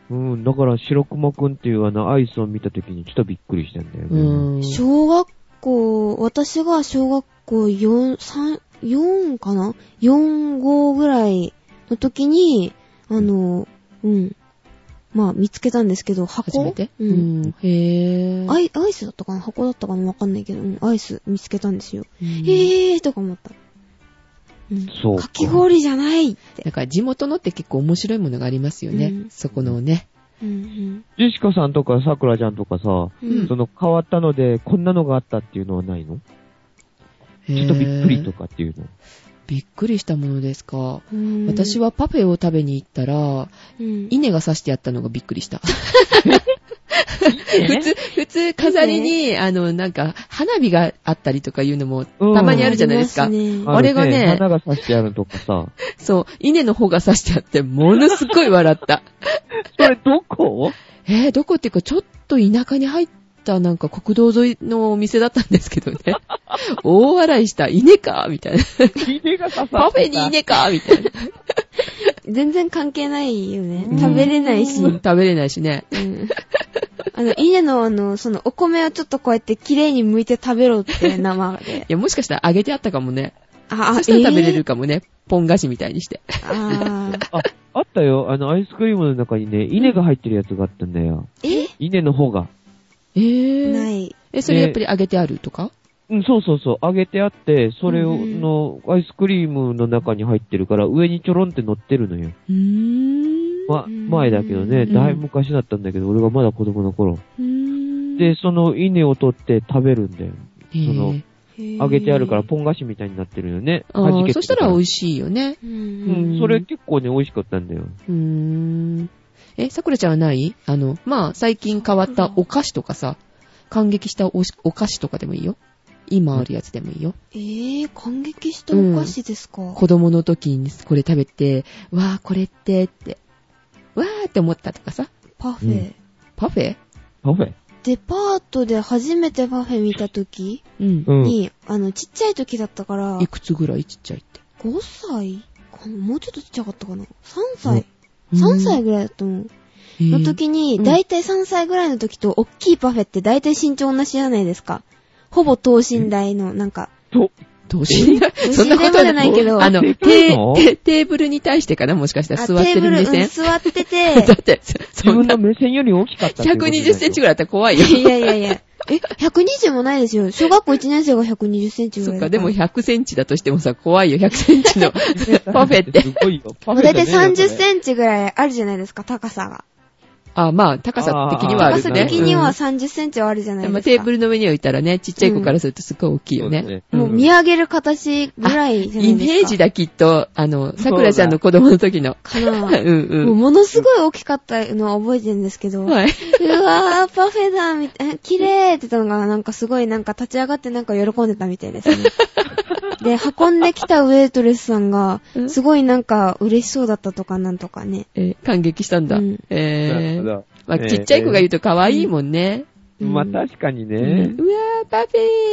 A: う。
B: うん、だから白熊くんっていうあのアイスを見た時にちょっとびっくりしたんだよ
C: う
B: ね。
C: ん。
A: 小学校、私が小学校4、3、4かな ?4、5ぐらいの時に、あの、うん。まあ見つけたんですけど、箱
C: 初めて
A: う。
C: うんん。へぇ
A: アイアイスだったかな箱だったかなわかんないけど、うん、アイス見つけたんですよ。
C: へ
A: へえーとか思った。うん。
B: そうか
A: かき氷じゃないって。
C: だから地元のって結構面白いものがありますよね。
A: うん
C: そこのね。
A: うん
B: ジェシカさんとかさくらちゃんとかさ、
A: うん。
C: うん
B: その変わったので、こんなのがあったっていうのはないのちょっとびっくりと
C: へー。
B: かっていうの。
C: びっくりしたものですか。
A: うん
C: 私、はパフェを食べに行ったら、
A: うん、
C: 稲が刺してあったのがびっくりした。 普通、普通飾りに、あの、なんか、花火があったりとかいうのも、
B: うん
C: たまにあるじゃないですか
A: あ。りますね
C: あれがね
B: 花が刺してあるとかさ。
C: そう、稲の方が刺してあって、ものすごい笑った。
B: それど こ
C: えー、どこっていうか、ちょっと田舎に入った、なんか国道沿いのお店だったんですけどね。 大笑いした、稲かみたいな。
B: 稲が刺さってた
C: パフェに。稲かみたいな。
A: 全然関係ないよね
B: う。ん
A: 食べれないし。
C: 食べれないしね。
A: うんあの、稲のあの、その、お米をちょっとこうやって綺麗に剥いて食べろって生 で。
C: いや、もしかしたら揚げてあったかもね。
A: あ
C: そしたら食べれるかもね。ポン菓子みたいにして。
A: えーあー
B: あ、あったよ。あの、アイスクリームの中にね、稲が入ってるやつがあったんだよ。
A: え
B: 稲の方が。
C: えー。
A: ない。
C: え、それやっぱり揚げてあるとか
B: うん、そうそうそう。揚げてあって、それを、
A: うん
B: の、アイスクリームの中に入ってるから、上にちょろんって乗ってるのよ。
C: うーん。
B: ま、
A: うん
B: 前だけどね、
C: うん
B: だいぶ昔だったんだけど、俺がまだ子供の頃。
C: うーん
B: で、、その稲を取って食べるんだよ。
C: えー
B: その揚げてあるから、ポン菓子みたいになってるよね。
C: あ
B: 弾けて
C: ー
B: る
C: そしたら美味しいよね。
A: う。
B: うんん、それ結構ね、美味しかったんだよ。
C: うーん。え、さくらちゃんはないあの、まあ、最近変わったお菓子とかさ、感激したおしお菓子とかでもいいよ。今あるやつでもいいよ。
A: えー、感激したお菓子ですか、
C: 子供の時にこれ食べて、わーこれって、って、わーって思ったとかさ、
A: パフェ、
B: うん
C: パフェ
B: パフェ
A: デパートで初めてパフェ見た時
C: うん。
B: うん。
A: に、あの、ちっちゃい時だったから、
C: い
A: 5
C: くつぐらいちっちゃいって。
A: 歳かなもうちょっとちっちゃかったかな ?3 歳、
C: うん
A: ?3 歳ぐらいだと思う。
C: へー
A: の時に、
C: うん
A: だいたい3歳ぐらいの時と、大きいパフェってだいたい身長同じじゃないですか。ほぼ等身大の、なんか、
B: と、
C: どうしよう。そんなことは
A: じゃないけど、
C: あの、
B: で
C: テ
B: きるの
C: ーテーブルに対してかなもしかしたら
A: あ
C: 座って
A: テーブ
C: る
A: ル
C: 目
A: うん
C: 線
A: 座って、
C: だってて、そ
B: 自
C: そん
B: 分
C: な
B: の、目線より大きかったっていうことじゃない
C: 120センチぐらいあったら怖いよ。
A: いやいやいや。え、120もないですよ。小学校1年生が120センチぐ
C: そ
A: らい
C: っか、
A: だ
C: で
A: ら
C: も100センチだとしてもさ、怖いよ、100センチの パフェって。
B: すごいよ。パ
A: も
B: フ
A: う
B: ェ
A: だいたい30
B: ンチ。
A: センチぐらいあるじゃないですか、高さが。
C: あ、まあ、高さ的にはあ
A: 高
C: る
A: さ
C: ね。
A: 的には
C: うん
A: 30センチはあるじゃないですか。
C: まあ、テーブルの上に置いたらね、ちっちゃい子からするとすごい大きいよね。
A: もう見上げる形ぐらいじゃな
C: イ
A: いですか。
C: メージだ、きっと。あの、桜ちゃんの子供の時の。
A: か
C: う
A: な。もうんものすごい大きかったのは覚えてるんですけど、
C: うん。はい。
A: うわー、パフェだ、みたいな、綺麗って言ったのが、なんかすごい、なんか立ち上がってなんか喜んでたみたいですね。で、運んできたウェイトレスさんが
C: う、ん
A: すごいなんか嬉しそうだったとかなんとかね。
C: えー感激したんだ。
A: うん
C: えー
B: ー
C: まあ、ちっちゃい子が言うと可愛いもんね。うん
B: まあ確かに
C: う
B: ね
C: ん。うわー、パフ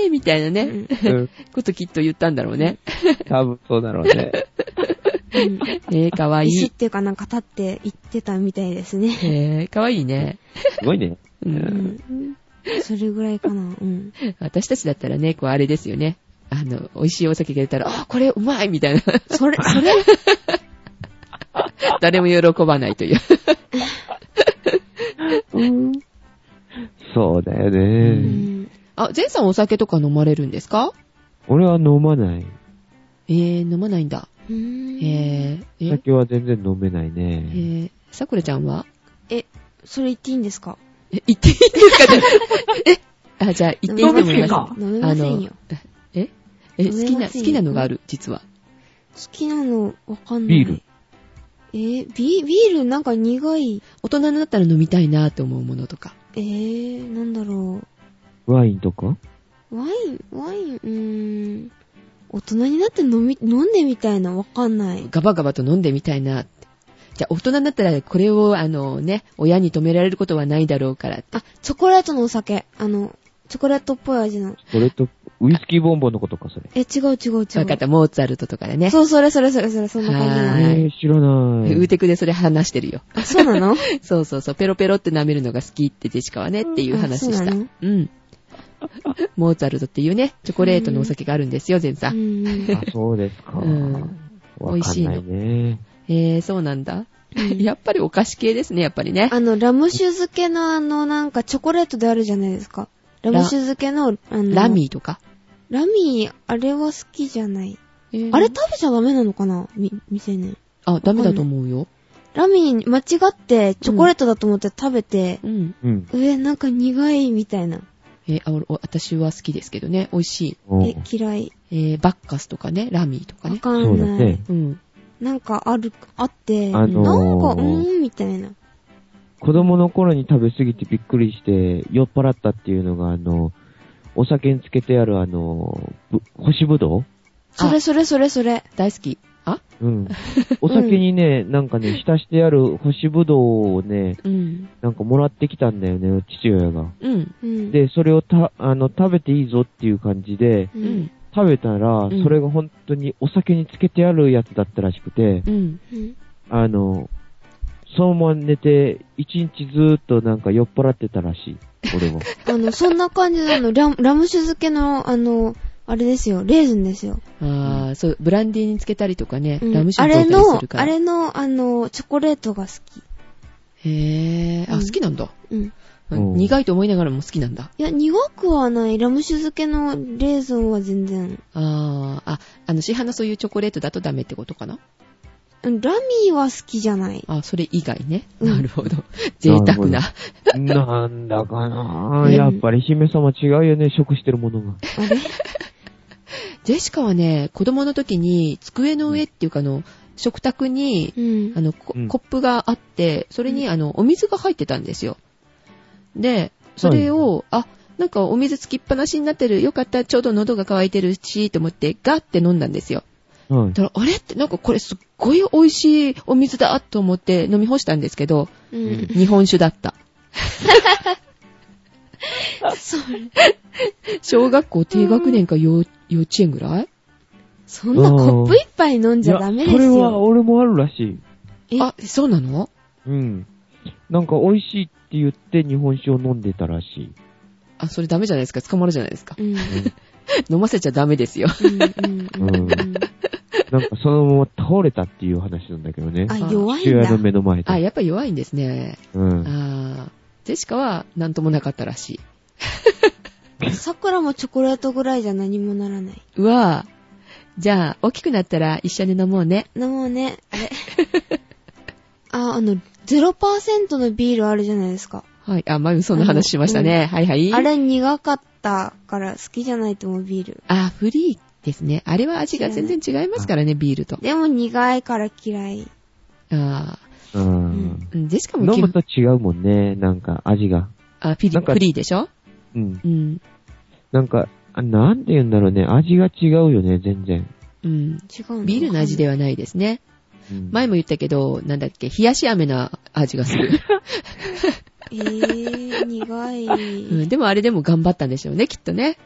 C: ェーみたいなね、
B: うん
C: こときっと言ったんだろうね。
B: 多分そうだろうね。
A: うん
C: えー、可愛
A: 石っ
C: い。
A: ていうかなんか立って行ってたみたいですね。
C: えー、可愛いね。
B: すごいね。
A: う
C: う
A: んん。それぐらいかな。うん。
C: 私たちだったらね、こうあれですよね。あの、美味しいお酒が出たら、あ、これうまいみたいな。
A: それ、それ、
C: 誰も喜ばないという。
B: そうだよ
A: う
B: ね。
A: ん。
C: あ、ジェンさんお酒とか飲まれるんですか
B: 俺は飲まない。
C: えー、飲まないんだ。
A: うん
C: えー、えー、
B: 酒は全然飲めない
C: え
B: ね。
C: ー、さくらちゃんは
A: え、それ言っていいんですか
C: え、言っていいんです かねえ、あ、じゃあ言っていいと思います。
A: 飲めませんよ。
C: ええ、
A: 飲めません
C: 好きな、
A: よ
C: 好きなのがある、実は。
A: 好きなのわかんない。
B: ビール。
A: えービ、ビールなんか苦い。
C: 大人になったら飲みたいなと思うものとか。
A: えー、なんだろ
B: ワインとか
A: う。ワイン、ワイン、うーん。大人になって飲み、飲んでみたいなわかんない。
C: ガバガバと飲んでみたいなって。じゃあ大人になったらこれを、あのね、親に止められることはないだろうからって。
A: あ、チョコレートのお酒。あの、チョコレートっぽい味の。
B: それと、ウイスキーボンボンのことか、それ。
A: え、違う違う違う。
C: わかった、モーツァルトとかでね。
A: そう、それそれそれそれ、そんな感じな
C: は
A: の
C: い
B: えー、知らない。
C: ウーテクでそれ話してるよ。
A: あ、そうなの
C: そうそうそう、ペロペロって舐めるのが好きってジェシカはねっていう話
A: あそう
C: し
A: な
C: た。
A: の
C: うん。モーツァルトっていうね、チョコレートのお酒があるんですよ、全
A: う
C: さん。
A: ん。
B: あ、そうですか。
C: うん
B: わかんないね。
C: えー、そうなんだ。やっぱりお菓子系ですね、やっぱりね。
A: あの、ラム酒漬けのあの、なんかチョコレートであるじゃないですか。ラム酒漬けの、あの、
C: ラミーとか。
A: ー。ラミー、あれは好きじゃない。あ
C: あ
A: れ
C: れ
A: 食べちゃダメなのかなみ、未成年。
C: あ、ダメだと思うよ。
A: ラミー、間違ってチョコレートだと思って食べて、
C: うん。
B: うん。
A: 上なんか苦いみたいな。
C: えーあお私は好きですけどね、美味しい。
B: お
A: え、嫌い。
C: えーバッカスとかね、ラミーとか
A: わ
C: ね。
A: か
B: そうんだ
A: ない。
B: ね。
C: うん。
A: なんかある、あって、
B: あのー
A: なんか、うーん、みたいな。
B: 子供の頃に食べ過ぎてびっくりして酔っ払ったっていうのが、あの、お酒につけてあるあの、ぶ干しぶどう
A: それそれそれそれ。
C: 大好き。あ
B: うん。お酒にね、なんかね、浸してある干しぶどうをね、
C: うん。
B: なんかもらってきたんだよね、父親が。
C: うん。
A: うん。
B: で、それをた、あの、食べていいぞっていう感じで、
A: う
C: うんん。
B: 食べたら
C: うん、
B: それが本当にお酒につけてあるやつだったらしくて、
C: うん。
A: うん。
B: あの、そのまま寝て、一日ずーっとなんか酔っ払ってたらしい。俺 も。
A: あの、そんな感じなの。ラムラム酒漬けの、あの、あれですよ、レーズンですよ。
C: ああ、そう、ブランデーにつけたりとかね、
A: うん
C: ラム酒
A: あ
C: につ
A: れ
C: けたりす
A: の
C: る、から。
A: あれの、あの、チョコレートが好き。
C: へえ、あ、
A: う
C: 好
A: ん
C: きなんだ。
A: うん。
B: うん
C: 苦いと思いながらも好きなんだ。
A: いや、苦くはない。ラム酒漬けのレーズンは全然。
C: ああ、あ、あの、市販のそういうチョコレートだとダメってことかな
A: うんラミーは好きじゃない。
C: あ、それ以外ね。
A: うん
C: なるほど。 贅沢な。
B: なんだかなぁ。
C: うん
B: やっぱり姫様違うよね、食してるものが。
A: あれ
C: ジェシカはね、子供の時に、机の上っていうか、あの、食卓に、
A: うん
C: あ。の、コ
B: うん
C: コップがあって、それに、
A: う
C: あの、お水が入ってたんですよ。で、それを、あ、なんかお水つきっぱなしになってる。よかった。ちょうど喉が渇いてるし、と思って、ガッて飲んだんですよ。
B: はい。
C: だから、あれって、なんかこれすっごい美味しいお水だと思って飲み干したんですけど、
A: うん。
C: 日本酒だった。
A: それ、
C: 小学校低学年か幼幼稚園ぐらい
A: そんなコップ一杯飲んじゃダメです
B: いやそれは
A: よ。
B: 俺もあるらしい。
A: え
C: あ、そうなの
B: うん。なんか美味しいって言って日本酒を飲んでたらしい。
C: あ、それダメじゃないですか。捕まるじゃないですか
A: う。ん。うん。
C: 飲ませちゃダメですよ。
A: うんうんうんうん。
B: なんかそのまま倒れたっていう話なんだけどね。
A: あ、
C: あ
A: 弱い
B: 父
A: んだ
B: 親の。目の前で。
C: あ、やっぱ弱いんですね。
B: うん。
C: あージェシカは何ともなかったらしい。
A: 桜もチョコレートぐらいじゃ何もならない。
C: うわぁ。じゃあ、大きくなったら一緒に飲もうね。
A: なもうね、あれ。あ、あの、0%のビールあるじゃないですか。
C: はい。あ、まゆそんな話しましたね。はいはい。
A: あれ苦かったから好きじゃないと思うビール。
C: あ、フリーですね。あれは味が全然違いますからね、ビールと。
A: でも苦いから嫌い。
C: あ
B: うん。
C: ーうんジェシカも
B: 飲
C: 基
B: む
C: 本
B: と違うもんね、なんか味が。
C: あフリ
B: なんか
C: フリーでしょ
B: うん。
C: うん。
B: なんか、あなんて言うんだろうね、味が違うよね、全然。
C: うん。
A: 違うの
C: ビールの味で
A: は。
C: はないですね。
B: うん
C: 前も言ったけど、なんだっけ、冷やし飴の味がす る。
A: えー、苦い。
C: うん、でもあれでも頑張ったんでしょうね、きっとね。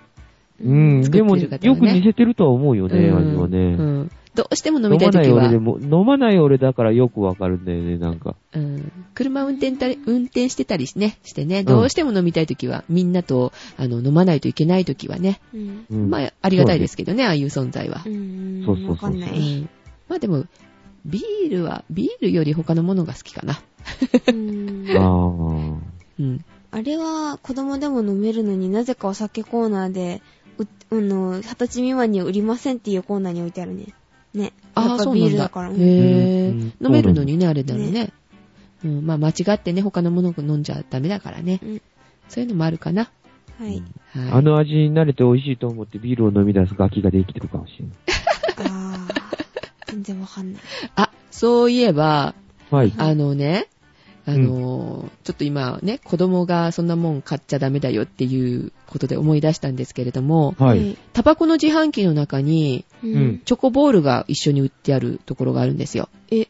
B: うん、
C: 作
B: で
C: っ
B: も、
C: てる方はね
B: よく似せてるとは思うよね、
C: うん
B: 味はね。
C: うん。どうしても飲み
B: 飲
C: たい
B: ま
C: と
B: な
C: き
B: い
C: は
B: 俺で、も、飲まない俺だからよくわかるんだよね、なんか。
C: うん、車運転たり、運転してたりね、してね、どうしても飲みたいときは、みんなと、あの、飲まないといけないときはね、
A: うん。
B: うん
C: まあ、ありがたいですけどね、ああいう存在は
A: う。ん。
B: そうそうそう
A: わかんな
C: う
A: い。
C: ん。まあでも、ビールは、ビールより他のものが好きかな。
A: うん
B: あー
C: うん。
A: あれは子供でも飲めるのになぜかお酒コーナーで、うあの、二十歳未満には売りませんっていうコーナーに置いてあるね。ね。
C: あ
A: や
C: あ、
A: っぱ
C: そう
A: ビ
C: な
A: ー
C: ん
A: ル
C: だ
A: だから。。
C: へ
A: うん
C: え、
B: うん
C: 飲めるのにね、あれだろうね。うん、まあ間違ってね、他のものを飲んじゃダメだからね。
A: うん
C: そういうのもあるかな。
A: はい。
C: はい。
B: あの味に慣れて美味しいと思ってビールを飲み出すガキができてるかもしれない。
A: あー、全然わかんない。
C: あ、そういえば、
B: はい。
C: あのね、あのー、ちょっと今ね、子供がそんなもん買っちゃダメだよっていうことで思い出したんですけれども、
B: はい。。
C: タバコの自販機の中に、
A: う
B: うんん。
C: チョコボールが一緒に売ってあるところがあるんですよ。
A: え、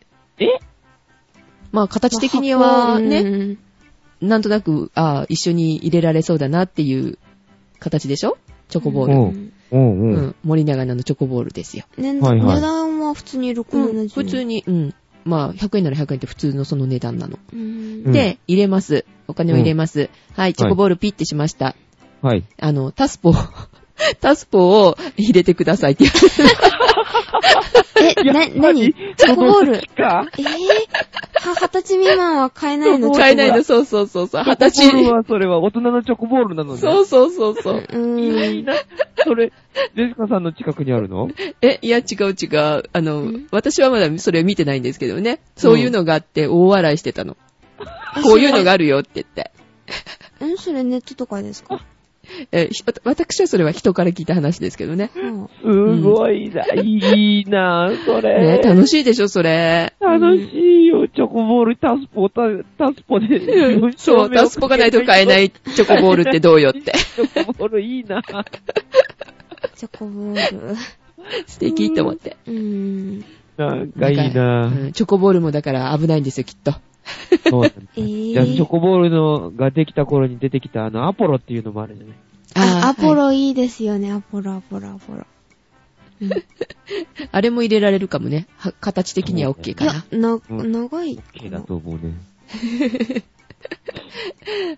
C: まあ、形的にはね、
A: ね。
C: なんとなく、ああ、一緒に入れられそうだなっていう形でしょチョコボール。
B: うんうん
C: う
B: うん。
C: ん、森永菜のチョコボールですよ。
A: ね
B: はいはい
A: 値段は普通に670
C: うん
A: 円。
C: 普通に、うん。まあ、100円なら100円って普通のその値段なの。
A: うん。
B: うん
C: で、入れます。お金を入れます。はい、チョコボールピッてしました。
B: はい。
C: あの、タスポ をタスポを入れてくださいって言われ て。
A: え、な、なにチョコボール。
B: か
A: えぇ、は二十歳未満は買えないの、
C: 買えないの、
A: チ
C: そうそうそうそう、二十
B: チョコボール
C: 歳。
B: はそれは大人のチョコボールなのね。
C: そうそうそうそう。
A: ョコが。う
B: い
A: ー
B: い
A: ん。
B: な。それ、ジェシカさんの近くにあるの
C: え、いや、違う違う。あの、私はまだそれ見てないんですけどね。そういうのがあって、大笑いしてたの。こういうのがあるよって言って。
A: うん、それネットとかですか
C: え、ひ私はそれは人から聞いた話ですけどね。
A: は
B: すごいな。いいな、そ
C: ね、
B: れ。
C: 楽しいでしょ、それ。
B: 楽しいよ、チョコボール、タスポ、タタスポで。。
C: そう、タスポがないと買えないいチョコボールってどうよって。
B: チョコボールいいな。
A: あチョコボール。
C: 素敵って思って。
A: うーん。
B: なんかいい
C: な
B: なん
C: か。うんチョコボールもだから危ないんですよ、きっと。
B: そうなんだ
A: えー
B: じゃあ、チョコボールのができた頃に出てきた、あの、アポロっていうのもあるじゃない。
C: ー
A: あアポ
C: は
A: ロいいですよね、アポロ、アポロ、アポロ。うん
C: いあれも入れられるかもね。は形的には OK か
A: いや
C: な、。
A: な、
B: うん
A: 長いか
B: OK だ
A: な。
B: と思うね。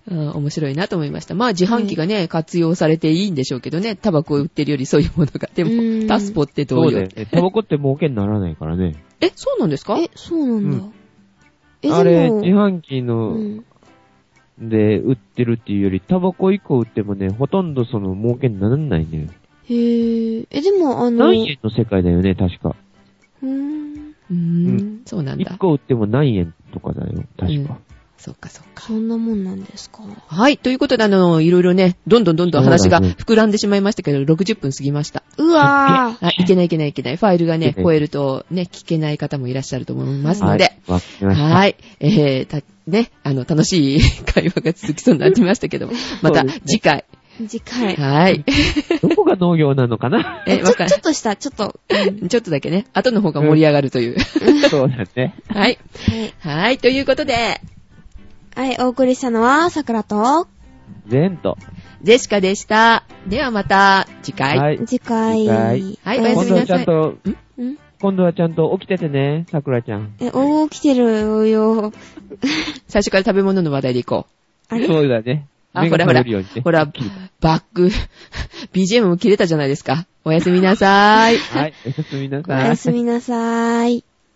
C: うん、面白いなと思いました。まあ自販機がね、活用されていいんでしょうけどね。タバコを売ってるよりそういうものが。で
A: うー
C: も、
A: ん
C: タスポってど
B: そうう
C: よ
B: だよ
C: って。
B: ね。タバコって儲けにならないからね。
C: え、そうなんですか
A: え、そうなんだ。え、
B: あれ、
A: でも、
B: 自販機の
A: うん
B: で売ってるっていうより、タバコ1個売ってもね、ほとんどその儲けにならないね。
A: へぇえ、でも、あの、
B: 何円の世界だよね、確か。
A: うーん、
C: うーん、そうなん
B: 1
C: だ。
B: 個売っても何円とかだよ、確か。
C: そうかそうか。
A: そんなもんなんですか。
C: はい。ということで、あの、いろいろね、どんどんどんどん話が
B: そうだね
C: 膨らんでしまいましたけど、60分過ぎました。
A: うわ
C: あ、いけないいけないいけない。ファイルが
B: い
C: ね
B: けな、い
C: 超えるとね、聞けない方もいらっしゃると思いますので。
B: わかりました。
C: はい。えー、た、ね、あの、楽しい会話が続きそうになってましたけども、また
B: そうですね
C: 次回。
A: ぁ次回。
C: はい。
B: どこが農業なのか な
C: え、
A: ちょ
C: わ
A: ちょ
C: か
A: っ
C: ん
A: とした、ちょっと。うん
C: ちょっとだけね、後の方が盛り上がるという。
B: そうだね。
C: はい。
A: はい。
C: はい。ということで、
A: はい、お送りしたのは、桜と、
B: 全と。
C: ジェシカでした。ではまた次回。
B: はい
A: 次回。
B: 次回
C: はいおや
B: 今
C: すみ
B: 度はち
C: なさ
B: ゃ
C: い
B: んと、
A: ん
B: 今度はちゃんと起きててね、桜ちゃん。
A: え、おー、来てる よ。
C: 最初から食べ物の話題でいこ
A: あれ
B: そうだね。
C: あ
B: 目が
C: ほらほら
B: 覚めるようにね
C: う。ほら、バッ ク、BGM も切れたじゃないですか。おやすみなさーい。
B: はい、おやすみな
A: お
B: さい
A: や。すみなさーい。